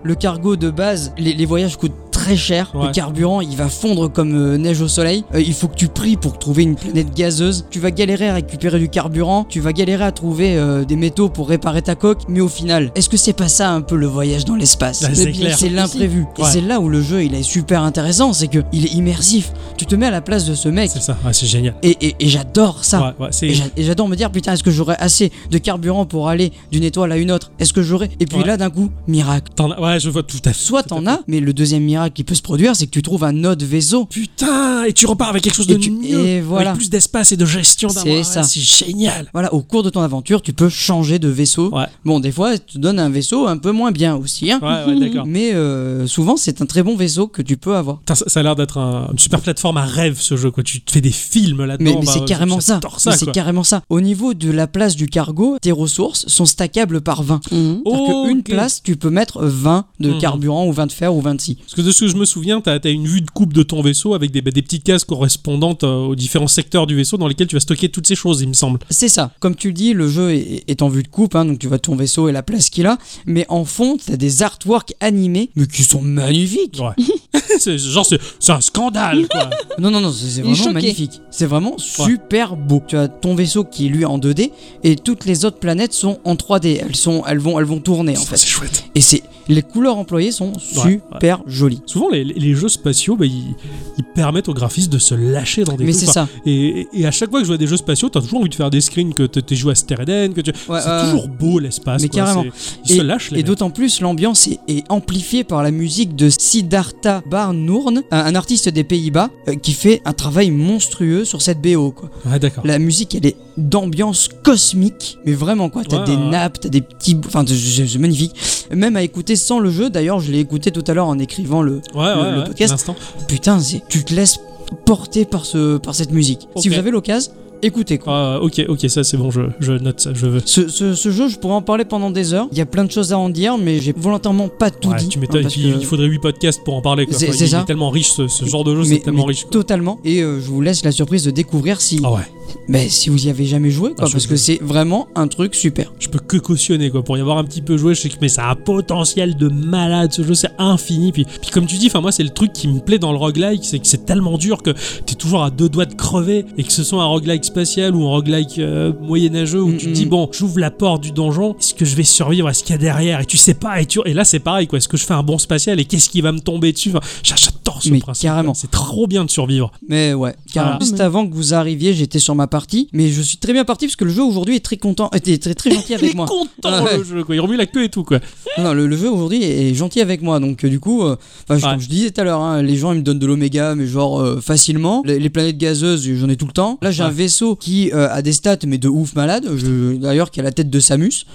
[SPEAKER 3] le cargo de base, les, les voyages coûtent très très cher.
[SPEAKER 1] Ouais.
[SPEAKER 3] Le carburant, il va fondre comme euh, neige au soleil. Euh, il faut que tu pries pour trouver une planète gazeuse. Tu vas galérer à récupérer du carburant. Tu vas galérer à trouver euh, des métaux pour réparer ta coque. Mais au final, est-ce que c'est pas ça un peu le voyage dans l'espace
[SPEAKER 1] Ah,
[SPEAKER 3] Mais
[SPEAKER 1] c'est
[SPEAKER 3] bien,
[SPEAKER 1] clair.
[SPEAKER 3] C'est l'imprévu. Et
[SPEAKER 1] Ouais.
[SPEAKER 3] c'est là où le jeu, il est super intéressant. C'est que il est immersif. Tu te mets à la place de ce mec.
[SPEAKER 1] C'est ça, ouais, c'est génial.
[SPEAKER 3] Et, et- et j'adore ça.
[SPEAKER 1] Ouais, ouais, c'est-
[SPEAKER 3] Et j'a- Et j'adore me dire, putain, est-ce que j'aurai assez de carburant pour aller d'une étoile à une autre Est-ce que j'aurai Et puis
[SPEAKER 1] Ouais.
[SPEAKER 3] là, d'un coup, miracle.
[SPEAKER 1] t'en as- ouais, je vois tout à fait.
[SPEAKER 3] Soit
[SPEAKER 1] tout à
[SPEAKER 3] t'en
[SPEAKER 1] fait.
[SPEAKER 3] as, mais le deuxième miracle qui peut se produire, c'est que tu trouves un autre vaisseau.
[SPEAKER 1] Putain, et tu repars avec quelque chose
[SPEAKER 3] Et
[SPEAKER 1] de
[SPEAKER 3] tu-
[SPEAKER 1] mieux.
[SPEAKER 3] et voilà.
[SPEAKER 1] Avec plus d'espace et de gestion
[SPEAKER 3] C'est
[SPEAKER 1] d'avoir-
[SPEAKER 3] ça.
[SPEAKER 1] C'est génial.
[SPEAKER 3] Voilà, au cours de ton aventure, tu peux changer de vaisseau.
[SPEAKER 1] Ouais.
[SPEAKER 3] Bon, des fois, tu donnes un vaisseau un peu moins bien aussi, hein.
[SPEAKER 1] Ouais, ouais, d'accord.
[SPEAKER 3] Mais euh, souvent, c'est un très bon vaisseau que tu peux avoir.
[SPEAKER 1] (laughs) Putain, ça, ça a l'air d'être un- une super plateforme à rêve ce jeu quoi. Tu te fais des films là-dedans.
[SPEAKER 3] Mais, mais
[SPEAKER 1] bah,
[SPEAKER 3] c'est
[SPEAKER 1] euh,
[SPEAKER 3] carrément ça.
[SPEAKER 1] j'adore
[SPEAKER 3] Mais
[SPEAKER 1] quoi.
[SPEAKER 3] c'est carrément ça. Au niveau de la place du cargo, tes ressources sont stackables par 20.
[SPEAKER 2] Mhm.
[SPEAKER 3] C'est-à-dire que
[SPEAKER 1] Ok.
[SPEAKER 3] une place, tu peux mettre 20 de
[SPEAKER 1] Mhm.
[SPEAKER 3] carburant ou 20 de fer ou 26.
[SPEAKER 1] Parce que de ce que je me souviens, t'as as une vue de coupe de ton vaisseau avec des, des petites cases correspondantes euh, aux différents secteurs du vaisseau dans lesquels tu vas stocker toutes ces choses, il me semble.
[SPEAKER 3] C'est ça. Comme tu le dis, le jeu est, est en vue de coupe, hein, donc tu vois ton vaisseau et la place qu'il a. Mais en fond, t'as des artworks animés, mais qui sont magnifiques. (laughs)
[SPEAKER 1] Ouais. (laughs) C'est- genre, c'est c'est un scandale quoi.
[SPEAKER 3] Non, non, non, c'est c'est
[SPEAKER 2] Il est
[SPEAKER 3] vraiment
[SPEAKER 2] choqué.
[SPEAKER 3] magnifique. C'est vraiment super beau. Tu as ton vaisseau qui est lui en 2D et toutes les autres planètes sont en 3D. Elles sont, elles vont, elles vont tourner (laughs) en
[SPEAKER 1] Ça,
[SPEAKER 3] fait.
[SPEAKER 1] c'est chouette.
[SPEAKER 3] Et c'est les couleurs employées sont super jolies.
[SPEAKER 1] Souvent, les, les jeux spatiaux, bah, ils, ils permettent aux graphistes de se lâcher dans des
[SPEAKER 3] Mais
[SPEAKER 1] trucs, quoi.
[SPEAKER 3] c'est ça.
[SPEAKER 1] Et, et- et à chaque fois que je vois des jeux spatiaux, t'as toujours envie de faire des screens que t'es t'es joué à Stereden, que tu.
[SPEAKER 3] Ouais,
[SPEAKER 1] c'est
[SPEAKER 3] ouais,
[SPEAKER 1] toujours beau l'espace.
[SPEAKER 3] Mais
[SPEAKER 1] quoi.
[SPEAKER 3] carrément.
[SPEAKER 1] C'est- Ils se lâchent les
[SPEAKER 3] Et
[SPEAKER 1] mecs.
[SPEAKER 3] d'autant plus, l'ambiance est, est amplifiée par la musique de Siddhartha Barnourn, un, un artiste des Pays-Bas, euh, qui fait un travail monstrueux sur cette BO. Quoi.
[SPEAKER 1] Ouais, d'accord.
[SPEAKER 3] La musique, elle est d'ambiance cosmique, mais vraiment quoi. T'as
[SPEAKER 1] Ouais,
[SPEAKER 3] des
[SPEAKER 1] ouais.
[SPEAKER 3] nappes, t'as des petits. Enfin, c'est- c'est c'est magnifique. Même à écouter sans le jeu, d'ailleurs, je l'ai écouté tout à l'heure en écrivant le.
[SPEAKER 1] Ouais, ouais,
[SPEAKER 3] le
[SPEAKER 1] ouais,
[SPEAKER 3] podcast-
[SPEAKER 1] l'instant.
[SPEAKER 3] Putain, c'est- tu te laisses porter par, ce, par cette musique. Si
[SPEAKER 1] Ok.
[SPEAKER 3] vous avez l'occasion, écoutez quoi.
[SPEAKER 1] Ah, ok, ok, ça c'est bon, je, je note ça, je veux.
[SPEAKER 3] Ce, ce- ce jeu, je pourrais en parler pendant des heures. Il y a plein de choses à en dire, mais j'ai volontairement pas tout
[SPEAKER 1] Ouais,
[SPEAKER 3] dit.
[SPEAKER 1] tu
[SPEAKER 3] hein,
[SPEAKER 1] m'étonnes, et
[SPEAKER 3] parce
[SPEAKER 1] puis
[SPEAKER 3] que-
[SPEAKER 1] il faudrait 8 podcasts pour en parler. Quoi.
[SPEAKER 3] C'est-
[SPEAKER 1] Enfin,
[SPEAKER 3] c'est
[SPEAKER 1] il
[SPEAKER 3] ça.
[SPEAKER 1] est tellement riche, ce, ce genre de jeu,
[SPEAKER 3] Mais-
[SPEAKER 1] c'est tellement
[SPEAKER 3] mais
[SPEAKER 1] riche. quoi.
[SPEAKER 3] Totalement. Et euh, je vous laisse la surprise de découvrir si,
[SPEAKER 1] Ah ouais,
[SPEAKER 3] ben, si vous y avez jamais joué,
[SPEAKER 1] Ah,
[SPEAKER 3] quoi,
[SPEAKER 1] je-
[SPEAKER 3] parce que c'est vraiment un truc super.
[SPEAKER 1] je peux que cautionner quoi. Pour y avoir un petit peu joué, je sais que mais ça a un potentiel de malade. Ce jeu, c'est infini. Puis, puis comme tu dis, enfin moi c'est le truc qui me plaît dans le roguelike, c'est que c'est tellement dur que t'es toujours à deux doigts de crever. Et que ce soit un roguelike spatial ou un roguelike euh, moyenâgeux où
[SPEAKER 3] Mm,
[SPEAKER 1] tu te
[SPEAKER 3] mm.
[SPEAKER 1] dis bon, j'ouvre la porte du donjon, est-ce que je vais survivre à ce qu'il y a derrière Et tu sais pas. Et, tu... et là c'est pareil quoi. Est-ce que je fais un bon spatial et qu'est-ce qui va me tomber dessus Enfin, J'adore ce
[SPEAKER 3] Mais
[SPEAKER 1] principe.
[SPEAKER 3] carrément.
[SPEAKER 1] C'est trop bien de survivre.
[SPEAKER 3] Mais ouais, car
[SPEAKER 1] Voilà.
[SPEAKER 3] juste avant que vous arriviez, j'étais sur ma partie, mais je suis très bien parti parce que le jeu aujourd'hui est très content, (laughs) était très très gentil
[SPEAKER 1] Il est
[SPEAKER 3] avec moi.
[SPEAKER 2] Ah,
[SPEAKER 1] content
[SPEAKER 3] Ouais.
[SPEAKER 1] le jeu quoi. Il remue la queue et tout quoi.
[SPEAKER 3] Non, non, le, le jeu aujourd'hui est gentil avec moi, donc euh, du coup, euh, enfin, je-
[SPEAKER 1] Ouais.
[SPEAKER 3] comme je disais tout à l'heure, hein, les gens ils me donnent de l'oméga, mais genre euh, facilement. Les, les planètes gazeuses, j'en ai tout le temps. Là, j'ai un
[SPEAKER 1] Ouais.
[SPEAKER 3] vaisseau qui euh, a des stats, mais de ouf malade. Je- D'ailleurs, qui a la tête de Samus.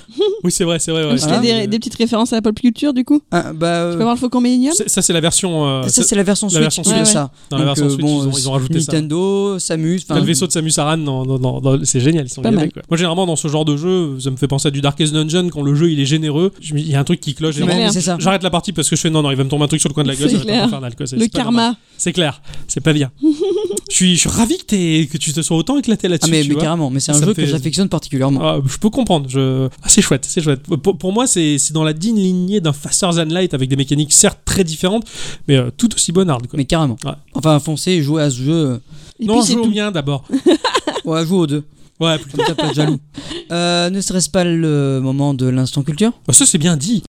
[SPEAKER 1] Oui c'est vrai, c'est vrai. ouais.
[SPEAKER 2] Parce qu'il y a
[SPEAKER 3] Ah,
[SPEAKER 2] des, des petites références à la pop culture du coup.
[SPEAKER 3] Ah, bah,
[SPEAKER 2] Tu
[SPEAKER 3] euh,
[SPEAKER 2] peux voir le faucon millénium
[SPEAKER 1] C'est- Ça c'est la version. euh,
[SPEAKER 3] ça, c'est la version
[SPEAKER 1] la
[SPEAKER 3] Switch
[SPEAKER 1] version
[SPEAKER 3] qui
[SPEAKER 2] Switch.
[SPEAKER 3] fait
[SPEAKER 2] Ouais,
[SPEAKER 3] ça.
[SPEAKER 1] Dans la
[SPEAKER 3] Donc,
[SPEAKER 1] version
[SPEAKER 3] euh,
[SPEAKER 1] Switch,
[SPEAKER 3] bon,
[SPEAKER 1] ils, ont, ils ont rajouté ça.
[SPEAKER 3] Nintendo, Samus,
[SPEAKER 1] T'as
[SPEAKER 3] enfin,
[SPEAKER 1] le vaisseau de Samus Aran, dans, dans- dans- dans- c'est génial, ils sont
[SPEAKER 2] Pas
[SPEAKER 1] gavés,
[SPEAKER 2] mal.
[SPEAKER 1] quoi. Moi, généralement, dans ce genre de jeu, ça me fait penser à du Darkest Dungeon, quand le jeu il est généreux, je me- il y a un truc qui cloche.
[SPEAKER 2] C'est
[SPEAKER 1] et vraiment,
[SPEAKER 2] clair.
[SPEAKER 3] c'est ça.
[SPEAKER 1] J'arrête la partie parce que je fais non, non, il va me tomber un truc sur le coin de la gueule,
[SPEAKER 2] C'est
[SPEAKER 1] ça va être
[SPEAKER 2] clair.
[SPEAKER 1] infernal, quoi. C'est-
[SPEAKER 2] Le
[SPEAKER 1] c'est pas normal.
[SPEAKER 2] karma.
[SPEAKER 1] C'est clair, c'est pas
[SPEAKER 2] (laughs)
[SPEAKER 1] bien. je, suis, je suis ravi que, t'aies- que tu te sois autant éclaté
[SPEAKER 3] Ah,
[SPEAKER 1] là-dessus.
[SPEAKER 3] mais,
[SPEAKER 1] tu
[SPEAKER 3] mais
[SPEAKER 1] vois.
[SPEAKER 3] carrément, mais c'est un
[SPEAKER 1] Ça me
[SPEAKER 3] jeu
[SPEAKER 1] fait-
[SPEAKER 3] que j'affectionne particulièrement.
[SPEAKER 1] Ah, je peux comprendre. Je... Ah, c'est chouette, c'est chouette. Pour, pour moi, c'est c'est dans la digne lignée d'un Faster Than Light avec des mécaniques certes très différentes, mais euh, tout aussi bonardes. Quoi.
[SPEAKER 3] Mais carrément.
[SPEAKER 1] Ouais.
[SPEAKER 3] Enfin, foncez, jouez à ce jeu. euh,
[SPEAKER 2] Et
[SPEAKER 1] non,
[SPEAKER 2] puis c'est
[SPEAKER 1] joue au
[SPEAKER 2] tout.
[SPEAKER 1] mien d'abors.
[SPEAKER 3] Ouais, jouez aux deux.
[SPEAKER 1] Ouais, plus-
[SPEAKER 3] Comme ça, pas de jaloux.
[SPEAKER 1] (laughs)
[SPEAKER 3] Euh, ne serait-ce pas le moment de l'instant culture
[SPEAKER 1] Ah, ça c'est bien dit.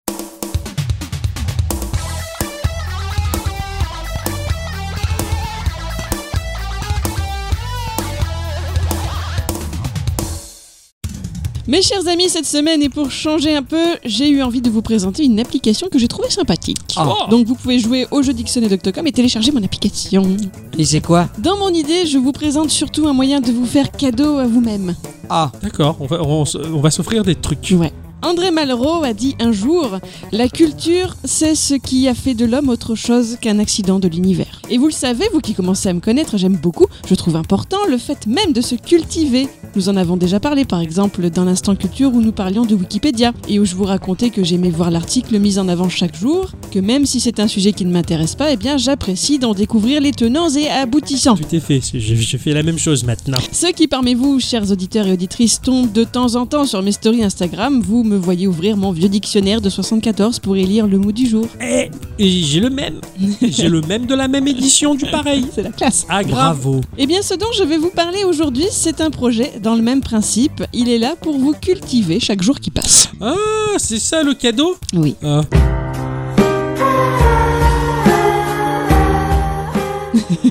[SPEAKER 2] Mes chers amis, cette semaine et pour changer un peu, j'ai eu envie de vous présenter une application que j'ai trouvée sympathique.
[SPEAKER 3] Ah.
[SPEAKER 1] Oh.
[SPEAKER 2] Donc vous pouvez jouer au jeu Dixon et Doctocom et télécharger mon application.
[SPEAKER 3] Et c'est quoi
[SPEAKER 2] Dans mon idée, je vous présente surtout un moyen de vous faire cadeau à vous-même.
[SPEAKER 3] Ah,
[SPEAKER 1] D'accord, on va, on, s- on va s'offrir des trucs.
[SPEAKER 2] Ouais. André Malraux a dit un jour La culture, c'est ce qui a fait de l'homme autre chose qu'un accident de l'univers. Et vous le savez, vous qui commencez à me connaître, j'aime beaucoup, je trouve important le fait même de se cultiver. Nous en avons déjà parlé par exemple dans l'instant culture où nous parlions de Wikipédia et où je vous racontais que j'aimais voir l'article mis en avant chaque jour, que même si c'est un sujet qui ne m'intéresse pas, eh bien j'apprécie d'en découvrir les tenants et aboutissants.
[SPEAKER 1] Tout est fait, c'est- j'ai j'ai fait la même chose maintenant.
[SPEAKER 2] Ceux qui parmi vous, chers auditeurs et auditrices, tombent de temps en temps sur mes stories Instagram, vous me voyez ouvrir mon vieux dictionnaire de 74 pour élire le mot du jour.
[SPEAKER 1] Eh, Et j'ai le
[SPEAKER 2] (laughs)
[SPEAKER 1] même. J'ai le même de la même édition du pareil.
[SPEAKER 2] C'est la classe.
[SPEAKER 1] Ah, grave.
[SPEAKER 3] Bravo.
[SPEAKER 2] Eh bien, ce dont je vais vous parler aujourd'hui, c'est un projet dans le même principe. Il est là pour vous cultiver chaque jour qui passe.
[SPEAKER 1] Ah, c'est ça le cadeau
[SPEAKER 2] Oui. (laughs)
[SPEAKER 1] Ah.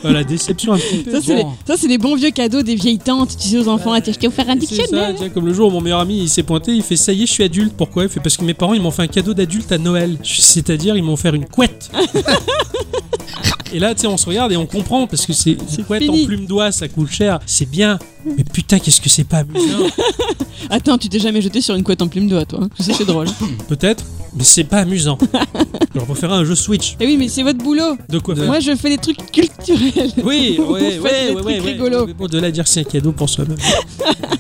[SPEAKER 1] Ah, la déception un petit peu.
[SPEAKER 2] Ça, c'est les,
[SPEAKER 1] Bon.
[SPEAKER 2] ça, c'est les bons vieux cadeaux des vieilles tantes, tu sais, aux enfants, à t'acheter offert un
[SPEAKER 1] C'est ça,
[SPEAKER 2] dictionnaire.
[SPEAKER 1] tiens, comme le jour où mon meilleur ami il s'est pointé, il fait ça y est, je suis adulte. Pourquoi Il fait parce que mes parents ils m'ont fait un cadeau d'adulte à Noël. Je- C'est-à-dire ils m'ont offert une
[SPEAKER 2] (laughs)
[SPEAKER 1] couette. et là, tu sais, on se regarde et on comprend parce que c'est une couette
[SPEAKER 2] fini.
[SPEAKER 1] en plume d'oie, ça coûte cher, c'est bien. Mais putain, qu'est-ce que c'est pas amusant
[SPEAKER 2] Attends, tu t'es jamais jeté sur une couette en plume d'oie, toi. hein Je sais, c'est drôle.
[SPEAKER 1] Peut-être, mais c'est pas
[SPEAKER 2] (laughs)
[SPEAKER 1] amusant. J'aurais préféré un jeu Switch.
[SPEAKER 2] Eh oui, mais c'est votre boulot.
[SPEAKER 1] De quoi faire
[SPEAKER 2] Moi, je fais des trucs culturels.
[SPEAKER 1] Oui,
[SPEAKER 2] (laughs) Vous
[SPEAKER 1] ouais, ouais,
[SPEAKER 2] faites
[SPEAKER 1] ouais,
[SPEAKER 2] des
[SPEAKER 1] ouais,
[SPEAKER 2] trucs
[SPEAKER 1] ouais.
[SPEAKER 2] rigolos.
[SPEAKER 1] Mais bon, de là à dire c'est un cadeau pour
[SPEAKER 2] (laughs)
[SPEAKER 1] soi-même.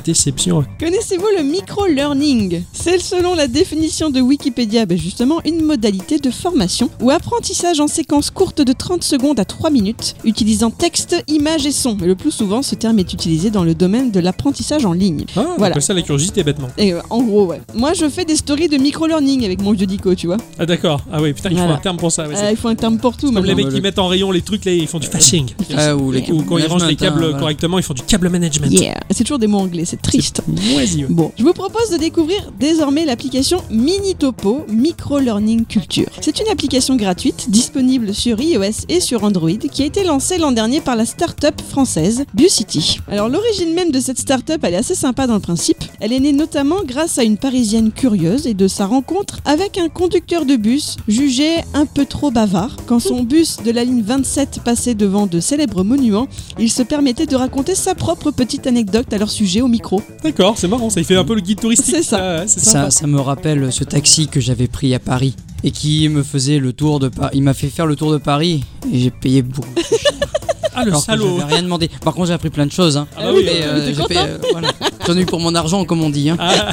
[SPEAKER 1] Déception.
[SPEAKER 2] Connaissez-vous le micro-learning C'est selon la définition de Wikipédia ben justement une modalité de formation ou apprentissage en séquence courte de 30 secondes à 3 minutes, utilisant texte, images et son. Et le plus souvent, ce terme est utilisé dans le domaine de l'apprentissage en ligne.
[SPEAKER 1] Ah,
[SPEAKER 2] Voilà.
[SPEAKER 1] voilà. ça la curiosité bêtement.
[SPEAKER 2] Et euh, en gros, ouais. Moi, je fais des stories de micro-learning avec mon vieux Dico, tu vois.
[SPEAKER 1] Ah d'accord. Ah oui, putain, il
[SPEAKER 2] Voilà.
[SPEAKER 1] faut un terme pour ça. ouais, c'est-
[SPEAKER 2] Euh, il faut un terme pour tout,
[SPEAKER 1] Comme les
[SPEAKER 2] maintenant.
[SPEAKER 1] mecs
[SPEAKER 3] le-
[SPEAKER 1] qui mettent en rayon les trucs là, ils font du phashing.
[SPEAKER 3] Ah, ou les-
[SPEAKER 1] Ou quand ils rangent les
[SPEAKER 3] management, hein,
[SPEAKER 1] câbles
[SPEAKER 3] voilà.
[SPEAKER 1] correctement, ils font du câble management.
[SPEAKER 2] Yeah. C'est toujours des mots anglais, c'est triste.
[SPEAKER 1] Moisi, ouais.
[SPEAKER 2] Bon, je vous propose de découvrir désormais l'application Minitopo Micro Learning Culture. C'est une application gratuite disponible sur iOS et sur Android qui a été lancée l'an dernier par la start-up française BioCity. Alors l'origine même de cette start-up, elle est assez sympa dans le principe. Elle est née notamment grâce à une parisienne curieuse et de sa rencontre avec un conducteur de bus jugé un peu trop bavard. Quand son bus de la ligne 27 passait devant de célèbres monuments, il se permettait de raconter sa propre petite anecdote à leur sujet au micro.
[SPEAKER 1] D'accord, c'est marrant, ça il fait un peu le guide touristique.
[SPEAKER 2] C'est ça.
[SPEAKER 1] Ah, ouais, c'est
[SPEAKER 3] Ça,
[SPEAKER 1] sympa.
[SPEAKER 3] ça me rappelle ce taxi que j'avais pris à Paris et qui me faisait le tour de Paris. Il m'a fait faire le tour de Paris et j'ai payé beaucoup.
[SPEAKER 1] Ah le
[SPEAKER 3] alors que
[SPEAKER 1] salaud.
[SPEAKER 3] j'avais rien demandé. Par contre, j'ai appris plein de choses. hein.
[SPEAKER 1] Ah bah oui,
[SPEAKER 3] Mais,
[SPEAKER 2] t'es
[SPEAKER 3] j'ai
[SPEAKER 2] content
[SPEAKER 3] fait, euh, voilà. J'en ai eu pour mon argent, comme on dit. hein.
[SPEAKER 1] Ah.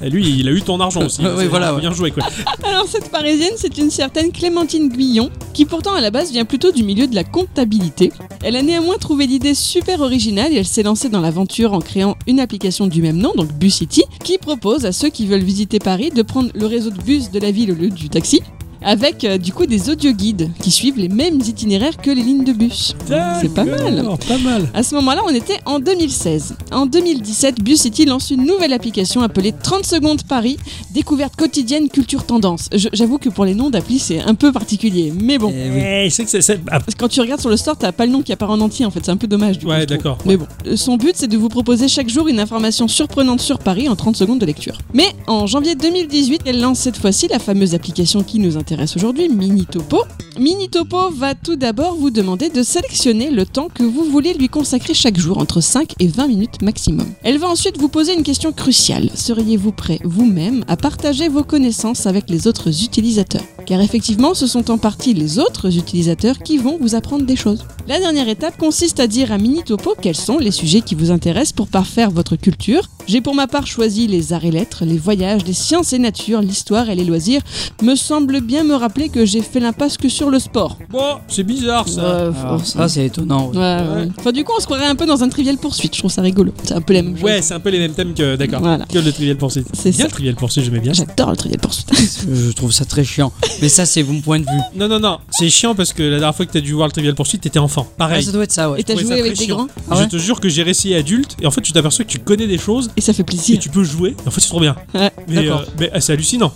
[SPEAKER 1] Et lui, il a eu ton argent aussi.
[SPEAKER 3] (laughs) Oui,
[SPEAKER 1] C'est
[SPEAKER 3] voilà, ouais.
[SPEAKER 1] Bien joué
[SPEAKER 3] (laughs)
[SPEAKER 1] quoi.
[SPEAKER 2] Alors cette parisienne, c'est une certaine Clémentine Guyon, qui pourtant à la base vient plutôt du milieu de la comptabilité. Elle a néanmoins trouvé l'idée super originale et elle s'est lancée dans l'aventure en créant une application du même nom, donc BusCity, qui propose à ceux qui veulent visiter Paris de prendre le réseau de bus de la ville au lieu du taxi. Avec euh, du coup des audioguides qui suivent les mêmes itinéraires que les lignes de bus. C'est pas mal.
[SPEAKER 1] D'accord, Pas mal.
[SPEAKER 2] À ce moment-là, on était en 2016. En 2017, BusCity lance une nouvelle application appelée 30 secondes Paris, découverte quotidienne culture tendance. Je- J'avoue que pour les noms d'appli, c'est un peu particulier, mais bon.
[SPEAKER 3] Eh oui.
[SPEAKER 1] Eh, c'est que c'est- c'est. ah,
[SPEAKER 2] Parce que Quand tu regardes sur le store, t'as pas le nom qui apparaît en entier en fait, c'est un peu dommage du coup.
[SPEAKER 1] Ouais,
[SPEAKER 2] je trouve.
[SPEAKER 1] d'accord.
[SPEAKER 2] Mais bon, Euh, son but c'est de vous proposer chaque jour une information surprenante sur Paris en 30 secondes de lecture. Mais en janvier 2018, elle lance cette fois-ci la fameuse application qui nous intéresse aujourd'hui, Minitopo. Minitopo va tout d'abord vous demander de sélectionner le temps que vous voulez lui consacrer chaque jour, entre 5 et 20 minutes maximum. Elle va ensuite vous poser une question cruciale. Seriez-vous prêt vous-même à partager vos connaissances avec les autres utilisateurs Car effectivement, ce sont en partie les autres utilisateurs qui vont vous apprendre des choses. La dernière étape consiste à dire à Minitopo quels sont les sujets qui vous intéressent pour parfaire votre culture. J'ai pour ma part choisi les arts et lettres, les voyages, les sciences et nature, l'histoire et les loisirs. Me semble bien me rappeler que j'ai fait l'impasse que sur le sport.
[SPEAKER 1] Bon, c'est bizarre ça. ah.
[SPEAKER 2] Ouais,
[SPEAKER 3] Alors,
[SPEAKER 2] forcément.
[SPEAKER 3] ça, Ah. c'est étonnant. oui.
[SPEAKER 2] Ouais, ouais. Enfin, du coup, on se croirait un peu dans un trivial poursuite. Je trouve ça rigolo. C'est un peu la même chose.
[SPEAKER 1] Ouais, c'est un peu les mêmes thèmes que d'accord.
[SPEAKER 2] Voilà.
[SPEAKER 1] Que le trivial poursuite.
[SPEAKER 2] C'est
[SPEAKER 1] bien
[SPEAKER 2] ça.
[SPEAKER 1] le trivial poursuite, j'aimais bien.
[SPEAKER 2] J'adore le trivial poursuite.
[SPEAKER 3] Je trouve ça très chiant. Mais ça, c'est mon point de vue.
[SPEAKER 1] Non non non, c'est chiant parce que la dernière fois que t'as dû voir le trivial poursuite, t'étais enfant.
[SPEAKER 3] Ah,
[SPEAKER 1] Pareil.
[SPEAKER 3] ça doit être ça, ouais.
[SPEAKER 2] Et t'as
[SPEAKER 1] trouvais
[SPEAKER 2] joué
[SPEAKER 1] ça
[SPEAKER 2] avec
[SPEAKER 1] très
[SPEAKER 2] des
[SPEAKER 1] chiant.
[SPEAKER 2] grands
[SPEAKER 3] Ah ouais
[SPEAKER 1] Je te jure que j'ai réessayé adulte et en fait tu t'aperçois que tu connais des choses
[SPEAKER 2] et ça fait
[SPEAKER 1] et (laughs)
[SPEAKER 2] plaisir.
[SPEAKER 1] tu peux jouer. En fait c'est trop bien.
[SPEAKER 2] Ouais.
[SPEAKER 1] Mais,
[SPEAKER 3] D'accord.
[SPEAKER 1] euh, mais, ah, c'est hallucinant.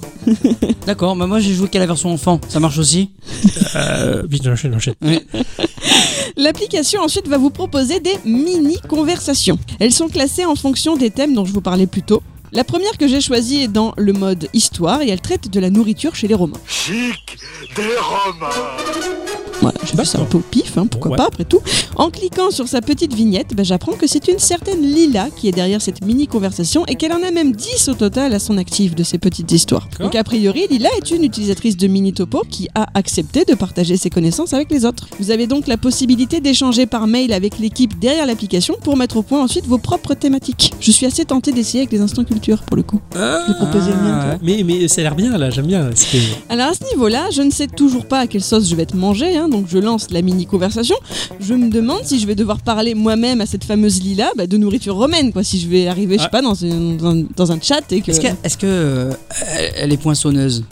[SPEAKER 3] D'accord, bah moi j'ai joué qu'à la version enfant. Ça marche aussi
[SPEAKER 1] Euh, vite enchaîne enchaîne.
[SPEAKER 2] L'application ensuite va vous proposer des mini-conversations. Elles sont classées en fonction des thèmes dont je vous parlais plus tôt. La première que j'ai choisie est dans le mode histoire et elle traite de la nourriture chez les Romains.
[SPEAKER 6] chic des Romains.
[SPEAKER 2] Voilà, je fais ça un
[SPEAKER 1] D'accord.
[SPEAKER 2] peu au pif, hein, pourquoi
[SPEAKER 1] Ouais.
[SPEAKER 2] pas après tout. En cliquant sur sa petite vignette, ben, j'apprends que c'est une certaine Lila qui est derrière cette mini conversation et qu'elle en a même 10 au total à son actif de ces petites histoires.
[SPEAKER 1] D'accord.
[SPEAKER 2] Donc a priori, Lila est une utilisatrice de Minitopo qui a accepté de partager ses connaissances avec les autres. Vous avez donc la possibilité d'échanger par mail avec l'équipe derrière l'application pour mettre au point ensuite vos propres thématiques. Je suis assez tentée d'essayer avec les instants culture pour le coup.
[SPEAKER 1] Ah.
[SPEAKER 2] Je vais proposer le mien, toi.
[SPEAKER 1] mais, mais ça a l'air bien là, j'aime bien. ce que-
[SPEAKER 2] Alors à ce niveau-là, je ne sais toujours pas à quelle sauce je vais être mangée, hein, donc je lance la mini conversation. Je me demande si je vais devoir parler moi-même à cette fameuse Lila bah, de nourriture romaine, quoi. Si je vais arriver, je sais
[SPEAKER 1] Ah.
[SPEAKER 2] pas, dans un, dans un- dans un chat et que.
[SPEAKER 3] Est-ce que, est-ce que euh, elle- elle est poinçonneuse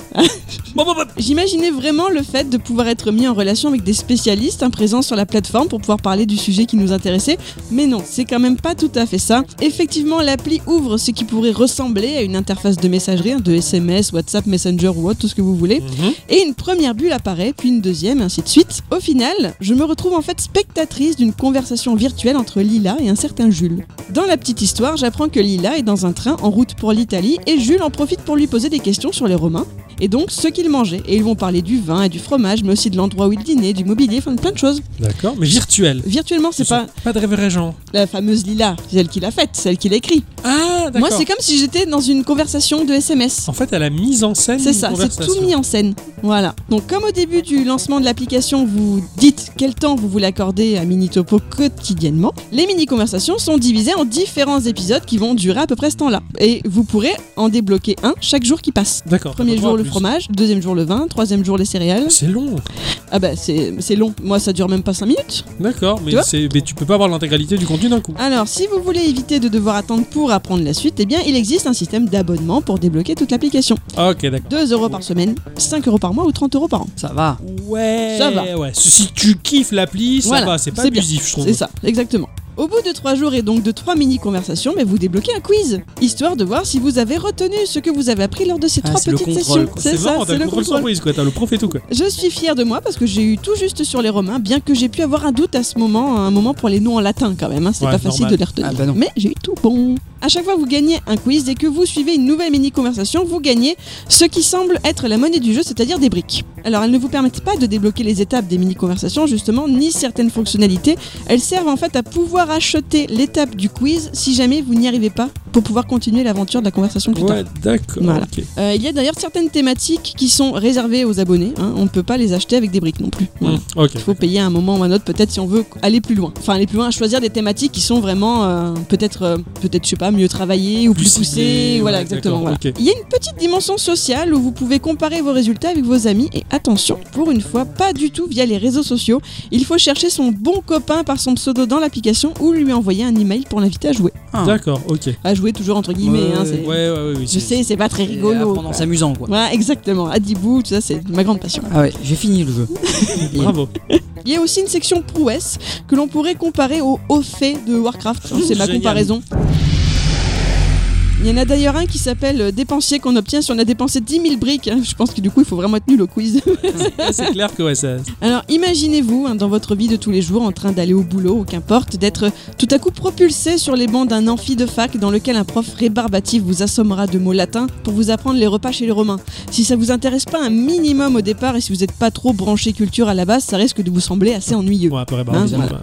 [SPEAKER 1] Bon, bon, bon.
[SPEAKER 2] J'imaginais vraiment le fait de pouvoir être mis en relation avec des spécialistes hein, présents sur la plateforme pour pouvoir parler du sujet qui nous intéressait, mais non, c'est quand même pas tout à fait ça. Effectivement, l'appli ouvre ce qui pourrait ressembler à une interface de messagerie, hein, de SMS, WhatsApp, Messenger ou autre, tout ce que vous voulez.
[SPEAKER 1] Mhm.
[SPEAKER 2] Et une première bulle apparaît, puis une deuxième, et ainsi de suite. Au final, je me retrouve en fait spectatrice d'une conversation virtuelle entre Lila et un certain Jules. Dans la petite histoire, j'apprends que Lila est dans un train en route pour l'Italie et Jules en profite pour lui poser des questions sur les Romains et donc ce qu'ils mangeaient. Et ils vont parler du vin et du fromage, mais aussi de l'endroit où ils dînaient, du mobilier, enfin de plein de choses.
[SPEAKER 1] D'accord, mais virtuel.
[SPEAKER 2] Virtuellement, c'est
[SPEAKER 1] Ce sont
[SPEAKER 2] pas
[SPEAKER 1] Pas de révérend Jean.
[SPEAKER 2] la fameuse Lila, celle qui l'a faite, celle qui l'écrit.
[SPEAKER 1] Ah, d'accord.
[SPEAKER 2] Moi, c'est comme si j'étais dans une conversation de SMS.
[SPEAKER 1] En fait, à la mise en scène.
[SPEAKER 2] C'est
[SPEAKER 1] d'une
[SPEAKER 2] ça, c'est
[SPEAKER 1] conversation.
[SPEAKER 2] tout mis en scène. Voilà. Donc comme au début du lancement de l'application, vous dites quel temps vous voulez accorder à Mini Topo quotidiennement, les mini-conversations sont divisées en différents épisodes qui vont durer à peu près ce temps-là. Et vous pourrez en débloquer un chaque jour qui passe.
[SPEAKER 1] D'accord.
[SPEAKER 2] Premier
[SPEAKER 1] Trois
[SPEAKER 2] jour
[SPEAKER 1] en
[SPEAKER 2] le
[SPEAKER 1] plus.
[SPEAKER 2] fromage, deuxième jour le vin, troisième jour les céréales.
[SPEAKER 1] C'est long.
[SPEAKER 2] Ah bah c'est c'est long, moi ça dure même pas 5 minutes.
[SPEAKER 1] D'accord, mais,
[SPEAKER 2] Tu vois
[SPEAKER 1] c'est- mais tu peux pas avoir l'intégralité du contenu d'un coup.
[SPEAKER 2] Alors si vous voulez éviter de devoir attendre pour apprendre la suite, eh bien il existe un système d'abonnement pour débloquer toute l'application.
[SPEAKER 1] Ah, ok, d'accord.
[SPEAKER 2] 2 euros par semaine, 5 euros par mois ou 30 euros par an.
[SPEAKER 3] Ça va.
[SPEAKER 1] Ouais.
[SPEAKER 2] Ça va.
[SPEAKER 1] Ouais. Si tu kiffes l'appli, ça
[SPEAKER 2] Voilà,
[SPEAKER 1] va, c'est pas
[SPEAKER 2] c'est bien.
[SPEAKER 1] abusif, je trouve.
[SPEAKER 2] C'est ça, exactement. Au bout de trois jours et donc de trois mini-conversations, mais vous débloquez un quiz, histoire de voir si vous avez retenu ce que vous avez appris lors de ces
[SPEAKER 3] Ah,
[SPEAKER 2] trois
[SPEAKER 3] c'est le
[SPEAKER 2] petites
[SPEAKER 3] contrôle,
[SPEAKER 2] sessions.
[SPEAKER 3] quoi.
[SPEAKER 1] C'est
[SPEAKER 2] C'est ça,
[SPEAKER 1] marrant, t'as
[SPEAKER 2] c'est
[SPEAKER 1] le
[SPEAKER 2] le
[SPEAKER 1] contrôle
[SPEAKER 2] contrôle.
[SPEAKER 1] surprise, quoi. T'as le prof et tout, quoi.
[SPEAKER 2] Je suis fière de moi parce que j'ai eu tout juste sur les Romains, bien que j'ai pu avoir un doute à ce moment, à un moment pour les noms en latin quand même. hein, c'est
[SPEAKER 1] Ouais,
[SPEAKER 2] pas facile
[SPEAKER 1] normal.
[SPEAKER 2] de les retenir.
[SPEAKER 3] Ah bah non.
[SPEAKER 2] Mais j'ai eu tout bon. À chaque fois que vous gagnez un quiz, dès que vous suivez une nouvelle mini-conversation, vous gagnez ce qui semble être la monnaie du jeu, c'est-à-dire des briques. Alors elles ne vous permettent pas de débloquer les étapes des mini-conversations, justement, ni certaines fonctionnalités. Elles servent en fait à pouvoir acheter l'étape du quiz si jamais vous n'y arrivez pas pour pouvoir continuer l'aventure de la conversation plus tard.
[SPEAKER 1] Ouais, d'accord.
[SPEAKER 2] Voilà.
[SPEAKER 1] ok.
[SPEAKER 2] Euh, il y a d'ailleurs certaines thématiques qui sont réservées aux abonnés. hein. On ne peut pas les acheter avec des briques non plus. Voilà.
[SPEAKER 1] Mmh, ok.
[SPEAKER 2] Il faut payer à un moment ou à un autre, peut-être si on veut aller plus loin. Enfin, aller plus loin, choisir des thématiques qui sont vraiment euh, peut-être, euh, peut-être, je sais pas, mieux travaillées ou plus,
[SPEAKER 1] Plus
[SPEAKER 2] poussées.
[SPEAKER 1] ciblées,
[SPEAKER 2] voilà,
[SPEAKER 1] ouais,
[SPEAKER 2] exactement.
[SPEAKER 1] d'accord,
[SPEAKER 2] voilà.
[SPEAKER 1] ok.
[SPEAKER 2] Il y a une petite dimension sociale où vous pouvez comparer vos résultats avec vos amis. Et attention, pour une fois, pas du tout via les réseaux sociaux. Il faut chercher son bon copain par son pseudo dans l'application ou lui envoyer un email pour l'inviter à jouer.
[SPEAKER 3] Ah.
[SPEAKER 1] D'accord, ok.
[SPEAKER 2] À jouer toujours entre guillemets.
[SPEAKER 3] Ouais,
[SPEAKER 2] hein, c'est-
[SPEAKER 1] Ouais, ouais, ouais. oui,
[SPEAKER 2] Je
[SPEAKER 1] c'est-
[SPEAKER 2] sais, c'est pas très
[SPEAKER 3] Et
[SPEAKER 2] rigolo.
[SPEAKER 3] apprendre en
[SPEAKER 2] quoi.
[SPEAKER 3] s'amusant quoi.
[SPEAKER 2] Ouais, exactement. Adibou, tout ça, c'est ma grande passion.
[SPEAKER 3] Ah ouais, j'ai fini le jeu.
[SPEAKER 1] Bravo. (laughs)
[SPEAKER 2] Il y a aussi une section prouesse que l'on pourrait comparer au haut fait de Warcraft. Hein, C'est ma
[SPEAKER 1] Génial.
[SPEAKER 2] comparaison. Il y en a d'ailleurs un qui s'appelle euh, Dépensier qu'on obtient si on a dépensé 10 000 briques. hein. Je pense que du coup, il faut vraiment être nul au quiz.
[SPEAKER 1] Ouais, Ah, c'est clair que ouais, ça.
[SPEAKER 2] Alors imaginez-vous hein, dans votre vie de tous les jours en train d'aller au boulot ou qu'importe, d'être tout à coup propulsé sur les bancs d'un amphi de fac dans lequel un prof rébarbatif vous assommera de mots latins pour vous apprendre les repas chez les Romains. Si ça vous intéresse pas un minimum au départ et si vous n'êtes pas trop branché culture à la base, ça risque de vous sembler assez ennuyeux.
[SPEAKER 1] Ouais, après, bah,
[SPEAKER 2] Hein,
[SPEAKER 1] on-
[SPEAKER 2] voilà.
[SPEAKER 1] bah,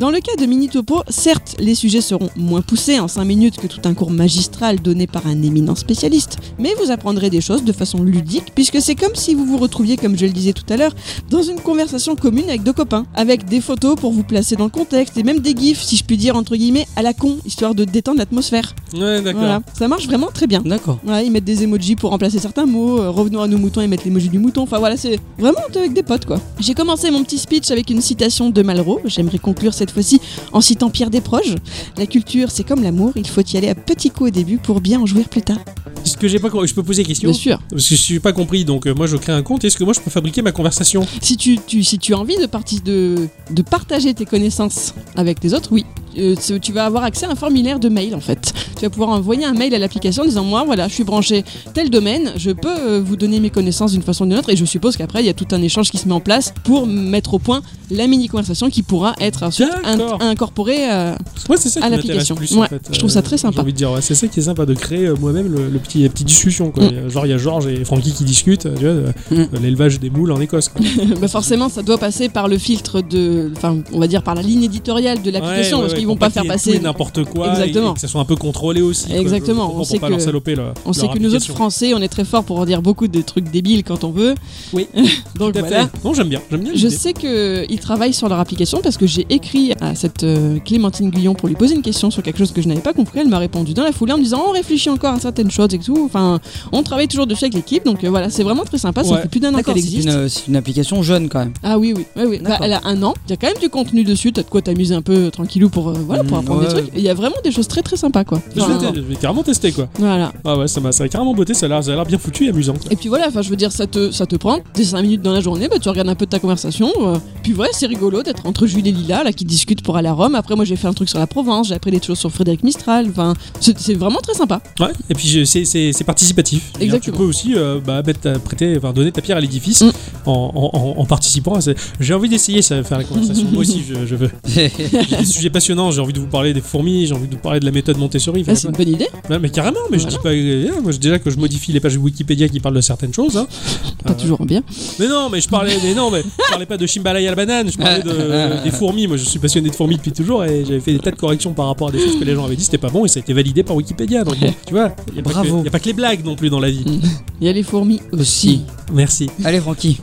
[SPEAKER 2] Dans le cas de Mini Topo, certes, les sujets seront moins poussés en 5 minutes que tout un cours magistral donné par un éminent spécialiste, mais vous apprendrez des choses de façon ludique puisque c'est comme si vous vous retrouviez, comme je le disais tout à l'heure, dans une conversation commune avec deux copains, avec des photos pour vous placer dans le contexte et même des gifs, si je puis dire entre guillemets, à la con, histoire de détendre l'atmosphère.
[SPEAKER 1] Ouais, d'accord.
[SPEAKER 2] Voilà, ça marche vraiment très bien.
[SPEAKER 3] D'accord.
[SPEAKER 2] Ouais, ils mettent des emojis pour remplacer certains mots. euh, revenons à nos moutons, ils mettent l'emoji du mouton. Enfin voilà, c'est vraiment avec des potes quoi. J'ai commencé mon petit speech avec une citation de Malraux. J'aimerais conclure cette fois-ci en citant Pierre Desproges. La culture, c'est comme l'amour, il faut y aller à petits coups au début pour bien en jouir plus tard.
[SPEAKER 1] Ce que j'ai pas compris, je peux poser question
[SPEAKER 2] Bien sûr.
[SPEAKER 1] Parce que je suis pas compris, donc euh, moi je crée un compte. Est-ce que moi je peux fabriquer ma conversation
[SPEAKER 2] Si tu, tu- si tu as envie de, parti- de, de partager tes connaissances avec les autres, oui. euh, c'est- tu vas avoir accès à un formulaire de mail en fait. Tu vas pouvoir envoyer un mail à l'application en disant moi voilà je suis branché tel domaine, je peux euh, vous donner mes connaissances d'une façon ou d'une autre et je suppose qu'après il y a tout un échange qui se met en place pour mettre au point la mini conversation qui pourra être ensuite in-
[SPEAKER 1] D'accord.
[SPEAKER 2] incorporée. euh, (laughs)
[SPEAKER 1] Moi, c'est ça
[SPEAKER 2] À
[SPEAKER 1] qui m'intéresse
[SPEAKER 2] l'application.
[SPEAKER 1] plus. en
[SPEAKER 2] Ouais,
[SPEAKER 1] fait. Euh,
[SPEAKER 2] je trouve ça très sympa.
[SPEAKER 1] J'ai envie de dire, ouais, c'est ça qui est sympa de créer euh, moi-même le, le petit, la petite discussion.
[SPEAKER 2] Mm.
[SPEAKER 1] Quoi. Genre, il y a Georges et Francky qui discutent, euh, tu vois, de-
[SPEAKER 3] Mm.
[SPEAKER 1] de l'élevage des moules en Écosse. quoi.
[SPEAKER 2] bah forcément ça doit passer par le filtre de, enfin on va dire par la ligne éditoriale de l'application
[SPEAKER 1] Ouais, ouais,
[SPEAKER 2] parce
[SPEAKER 1] ouais,
[SPEAKER 2] qu'ils
[SPEAKER 1] pour
[SPEAKER 2] vont pas
[SPEAKER 1] qu'il
[SPEAKER 2] faire
[SPEAKER 1] y ait
[SPEAKER 2] passer.
[SPEAKER 1] tout et n'importe quoi. et-
[SPEAKER 2] Exactement.
[SPEAKER 1] Et, que ça soit un peu contrôlé aussi. quoi, je- je
[SPEAKER 2] Exactement,
[SPEAKER 1] comprends
[SPEAKER 2] on sait
[SPEAKER 1] pour pas
[SPEAKER 2] que-
[SPEAKER 1] leur saloper le-
[SPEAKER 2] On sait
[SPEAKER 1] leur
[SPEAKER 2] que nous autres
[SPEAKER 1] application.
[SPEAKER 2] Français, on est très forts pour dire beaucoup de trucs débiles quand on veut.
[SPEAKER 1] Oui.
[SPEAKER 2] (laughs) Donc
[SPEAKER 1] Tout à fait.
[SPEAKER 2] voilà.
[SPEAKER 1] Non, j'aime bien. J'aime bien.
[SPEAKER 2] Je
[SPEAKER 1] l'idée.
[SPEAKER 2] sais qu'ils travaillent sur leur application parce que j'ai écrit à cette euh, Clémentine Guyon pour lui poser une question sur quelque chose que je n'avais pas compris. Elle m'a répondu dans la foulée en me disant on réfléchit encore à certaines choses et tout. Enfin, on travaille toujours dessus avec l'équipe. Donc euh, voilà, c'est vraiment très sympa. Ça
[SPEAKER 1] Ouais.
[SPEAKER 2] fait plus d'un an
[SPEAKER 3] D'accord,
[SPEAKER 2] qu'elle
[SPEAKER 3] c'est
[SPEAKER 2] existe.
[SPEAKER 3] une, c'est une application jeune quand même.
[SPEAKER 2] Ah oui, oui. oui, oui. Bah,
[SPEAKER 3] D'accord.
[SPEAKER 2] elle a un an. Il y a quand même du contenu dessus. T'as de quoi t'amuser un peu euh, tranquillou pour, euh, voilà, pour
[SPEAKER 3] Mm,
[SPEAKER 2] apprendre des
[SPEAKER 3] ouais.
[SPEAKER 2] trucs. Et Il y a vraiment des choses très très sympas quoi.
[SPEAKER 1] Je
[SPEAKER 2] Enfin,
[SPEAKER 1] vais, te- je vais carrément tester quoi.
[SPEAKER 2] voilà.
[SPEAKER 1] Ah ouais, ça m'a ça a carrément beauté, ça a l'air ça a l'air bien foutu et amusant.
[SPEAKER 2] Et puis voilà, enfin je veux dire, ça te, ça te prend des 5 minutes dans la journée, bah, tu regardes un peu de ta conversation. euh, puis ouais, c'est rigolo d'être entre Jules et Lila, là, qui discutent pour aller à Rome. Après, moi j'ai fait un truc sur la Provence, j'ai appris des choses sur Frédéric Mistral. Enfin, c'est c'est vraiment très sympa.
[SPEAKER 1] Ouais, et puis je- c'est- c'est c'est participatif. C'est-à-dire que Tu
[SPEAKER 2] Exactement.
[SPEAKER 1] peux aussi euh, bah, mettre ta- prêter, enfin, donner ta pierre à l'édifice
[SPEAKER 2] Mm.
[SPEAKER 1] en, en- en- en participant. à ces- J'ai envie d'essayer ça, faire la
[SPEAKER 2] (laughs)
[SPEAKER 1] conversation. Moi aussi, je, je veux. J'ai des sujets passionnants. J'ai envie de vous parler des fourmis, j'ai envie de vous parler de la méthode Montessori.
[SPEAKER 2] Là,
[SPEAKER 1] enfin,
[SPEAKER 2] c'est une bonne idée.
[SPEAKER 1] Ouais, Ah mais carrément, mais je dis pas. euh, moi, je- déjà que je modifie les pages Wikipédia qui parlent de certaines choses. hein.
[SPEAKER 2] Pas
[SPEAKER 1] Euh,
[SPEAKER 2] toujours bien.
[SPEAKER 1] Mais non, mais je parlais, mais non, mais je parlais pas de Shimbalaya à la banane. Je parlais de, (laughs) des fourmis. Moi, je suis passionné de fourmis depuis toujours et j'avais fait des tas de corrections par rapport à des choses que les gens avaient dit c'était pas bon et ça a été validé par Wikipédia. Donc, bon, tu vois, il y a pas
[SPEAKER 3] Bravo.
[SPEAKER 1] que- y a pas que les blagues non plus dans la vie.
[SPEAKER 2] Il y a les fourmis aussi.
[SPEAKER 3] Aussi.
[SPEAKER 1] Merci.
[SPEAKER 3] Allez, Francky.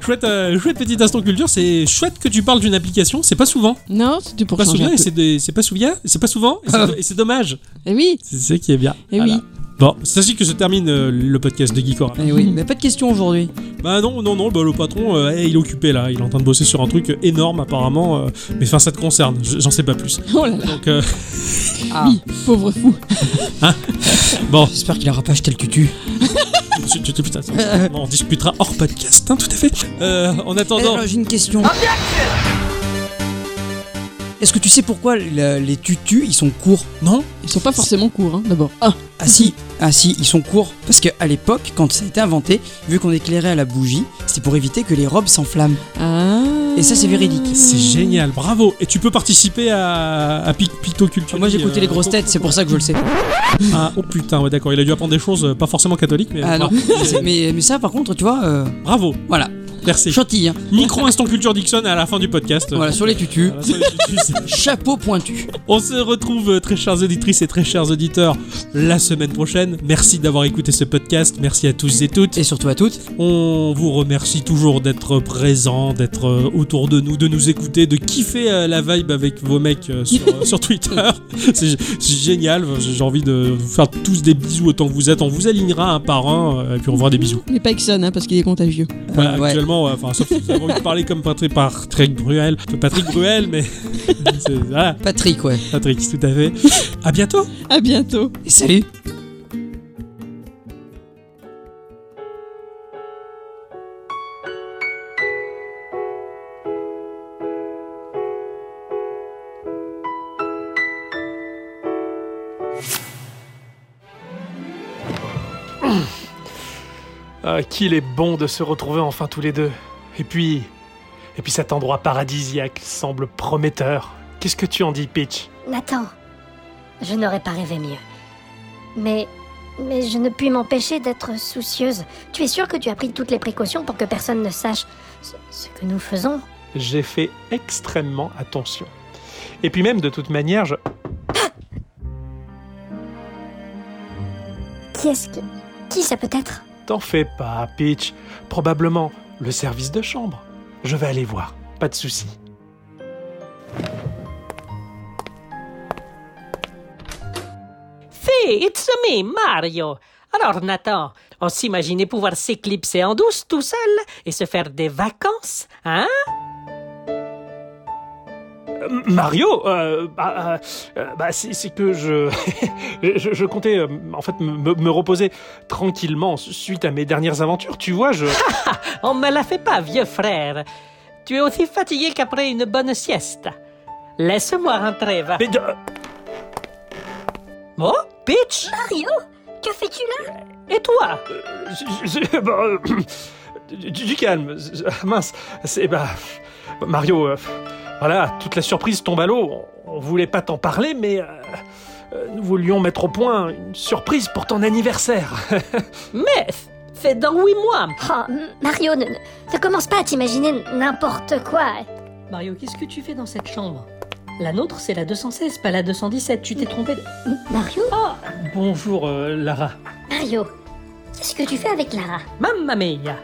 [SPEAKER 1] Chouette, euh, chouette petit instant culture. C'est chouette que tu parles d'une application. C'est pas souvent.
[SPEAKER 2] Non, c'était pour
[SPEAKER 1] Pas
[SPEAKER 2] changer.
[SPEAKER 1] souvent
[SPEAKER 2] un
[SPEAKER 1] et
[SPEAKER 2] peu.
[SPEAKER 1] c'est des- c'est pas souvent. C'est pas souvent (laughs) et c'est- et c'est dommage.
[SPEAKER 2] Eh oui, (laughs)
[SPEAKER 1] C'est ça qui est bien.
[SPEAKER 2] eh
[SPEAKER 1] Voilà.
[SPEAKER 2] oui.
[SPEAKER 1] Bon, c'est ainsi que se termine euh, le podcast de Geekora.
[SPEAKER 3] Eh oui, mais pas de question aujourd'hui.
[SPEAKER 1] Bah non, non, non, bah le patron, euh, eh, il est occupé là, il est en train de bosser sur un truc énorme apparemment, euh, mais enfin ça te concerne, je- j'en sais pas plus.
[SPEAKER 2] Oh là là,
[SPEAKER 1] Donc euh, (laughs)
[SPEAKER 3] Ah,
[SPEAKER 2] oui, pauvre fou.
[SPEAKER 1] bon,
[SPEAKER 3] j'espère qu'il aura pas acheté le tutu.
[SPEAKER 1] tu- tu- tu- putain, ça,
[SPEAKER 3] (laughs)
[SPEAKER 1] on en discutera hors podcast, hein, tout à fait. Euh, en attendant,
[SPEAKER 3] Alors, j'ai une question. Est-ce que tu sais pourquoi la- les tutus ils sont courts
[SPEAKER 1] non
[SPEAKER 2] Ils sont pas forcément courts, hein, d'abord. Ah,
[SPEAKER 3] Ah si, ah si, ils sont courts parce qu'à l'époque, quand ça a été inventé, vu qu'on éclairait à la bougie, c'était pour éviter que les robes s'enflamment.
[SPEAKER 2] ah.
[SPEAKER 3] Et ça, c'est véridique.
[SPEAKER 1] C'est génial, bravo Et tu peux participer à, à Pic- Pictoculture.
[SPEAKER 3] Moi, j'ai écouté les grosses têtes, c'est pour ça que je le sais.
[SPEAKER 1] Ah, oh putain, ouais d'accord, il a dû apprendre des choses euh, pas forcément catholiques, mais...
[SPEAKER 3] Ah non,
[SPEAKER 1] bravo.
[SPEAKER 3] C'est- mais, mais ça, par contre, tu vois, euh,
[SPEAKER 1] bravo,
[SPEAKER 3] voilà,
[SPEAKER 1] merci.
[SPEAKER 3] chantilly. hein.
[SPEAKER 1] Micro instant culture Dixon à la fin du podcast.
[SPEAKER 3] Voilà, sur les tutus,
[SPEAKER 1] Voilà, sur les tutus.
[SPEAKER 3] chapeau pointu.
[SPEAKER 1] On se retrouve, euh, très chères auditrices et très chers auditeurs, la semaine prochaine. Merci d'avoir écouté ce podcast. Merci à tous et toutes.
[SPEAKER 3] Et surtout à toutes,
[SPEAKER 1] On vous remercie toujours d'être présents, d'être euh, autour de nous, de nous écouter, de kiffer euh, la vibe avec vos mecs euh, sur, euh, sur Twitter. (laughs) C'est g- c'est génial. J'ai j'ai envie de vous faire tous des bisous autant que vous êtes. On vous alignera un par un euh, et puis on vous fera des bisous.
[SPEAKER 2] Mais pas Exxon, hein, parce qu'il est contagieux.
[SPEAKER 1] Voilà,
[SPEAKER 3] ouais.
[SPEAKER 1] actuellement, ouais, enfin, sauf si vous avez envie de parler comme Patrick, Patrick Bruel. Patrick Bruel, mais. (laughs) c'est- Voilà,
[SPEAKER 3] Patrick, ouais.
[SPEAKER 1] Patrick, tout à fait. À bientôt!
[SPEAKER 2] À bientôt.
[SPEAKER 3] Et salut
[SPEAKER 6] Ah, qu'il est bon de se retrouver enfin tous les deux. Et puis. Et puis cet endroit paradisiaque semble prometteur. Qu'est-ce que tu en dis, Peach
[SPEAKER 7] Nathan, je n'aurais pas rêvé mieux. Mais. Mais je ne puis m'empêcher d'être soucieuse. Tu es sûre que tu as pris toutes les précautions pour que personne ne sache ce, ce que nous faisons
[SPEAKER 6] J'ai fait extrêmement attention. Et puis même, de toute manière, je.
[SPEAKER 7] Qui est-ce qui. Qui ça peut être
[SPEAKER 6] T'en fais pas, Peach. Probablement le service de chambre. Je vais aller voir. Pas de souci.
[SPEAKER 8] Fais, it's me, Mario. Alors, Nathan, on s'imaginait pouvoir s'éclipser en douce tout seul et se faire des vacances, hein?
[SPEAKER 6] Euh, Mario euh, bah, euh, euh, bah, c'est, c'est que je... (laughs) je. je comptais, euh, en fait, me- me me reposer tranquillement suite à mes dernières aventures. Tu vois, je.
[SPEAKER 8] On me la fait pas, vieux frère. Tu es aussi fatigué qu'après une bonne sieste. Laisse-moi rentrer, va.
[SPEAKER 6] Mais euh, de-
[SPEAKER 8] Oh, Peach
[SPEAKER 7] Mario Que fais-tu là
[SPEAKER 8] Et toi
[SPEAKER 6] Je- je- bah, euh, du, du calme. Je- ah, mince. C'est bah Mario. euh, voilà, toute la surprise tombe à l'eau. On, on voulait pas t'en parler, mais euh, euh, nous voulions mettre au point une surprise pour ton anniversaire.
[SPEAKER 8] Mais, fais dans huit mois
[SPEAKER 7] Oh, M- Mario, ne, ne- ne commence pas à t'imaginer n'importe quoi.
[SPEAKER 9] Mario, qu'est-ce que tu fais dans cette chambre La nôtre, c'est la 216, pas la 217. Tu t'es trompé. de-
[SPEAKER 7] Mario
[SPEAKER 6] Bonjour euh, Lara.
[SPEAKER 7] Mario, qu'est-ce que tu fais avec Lara
[SPEAKER 8] Mamma mia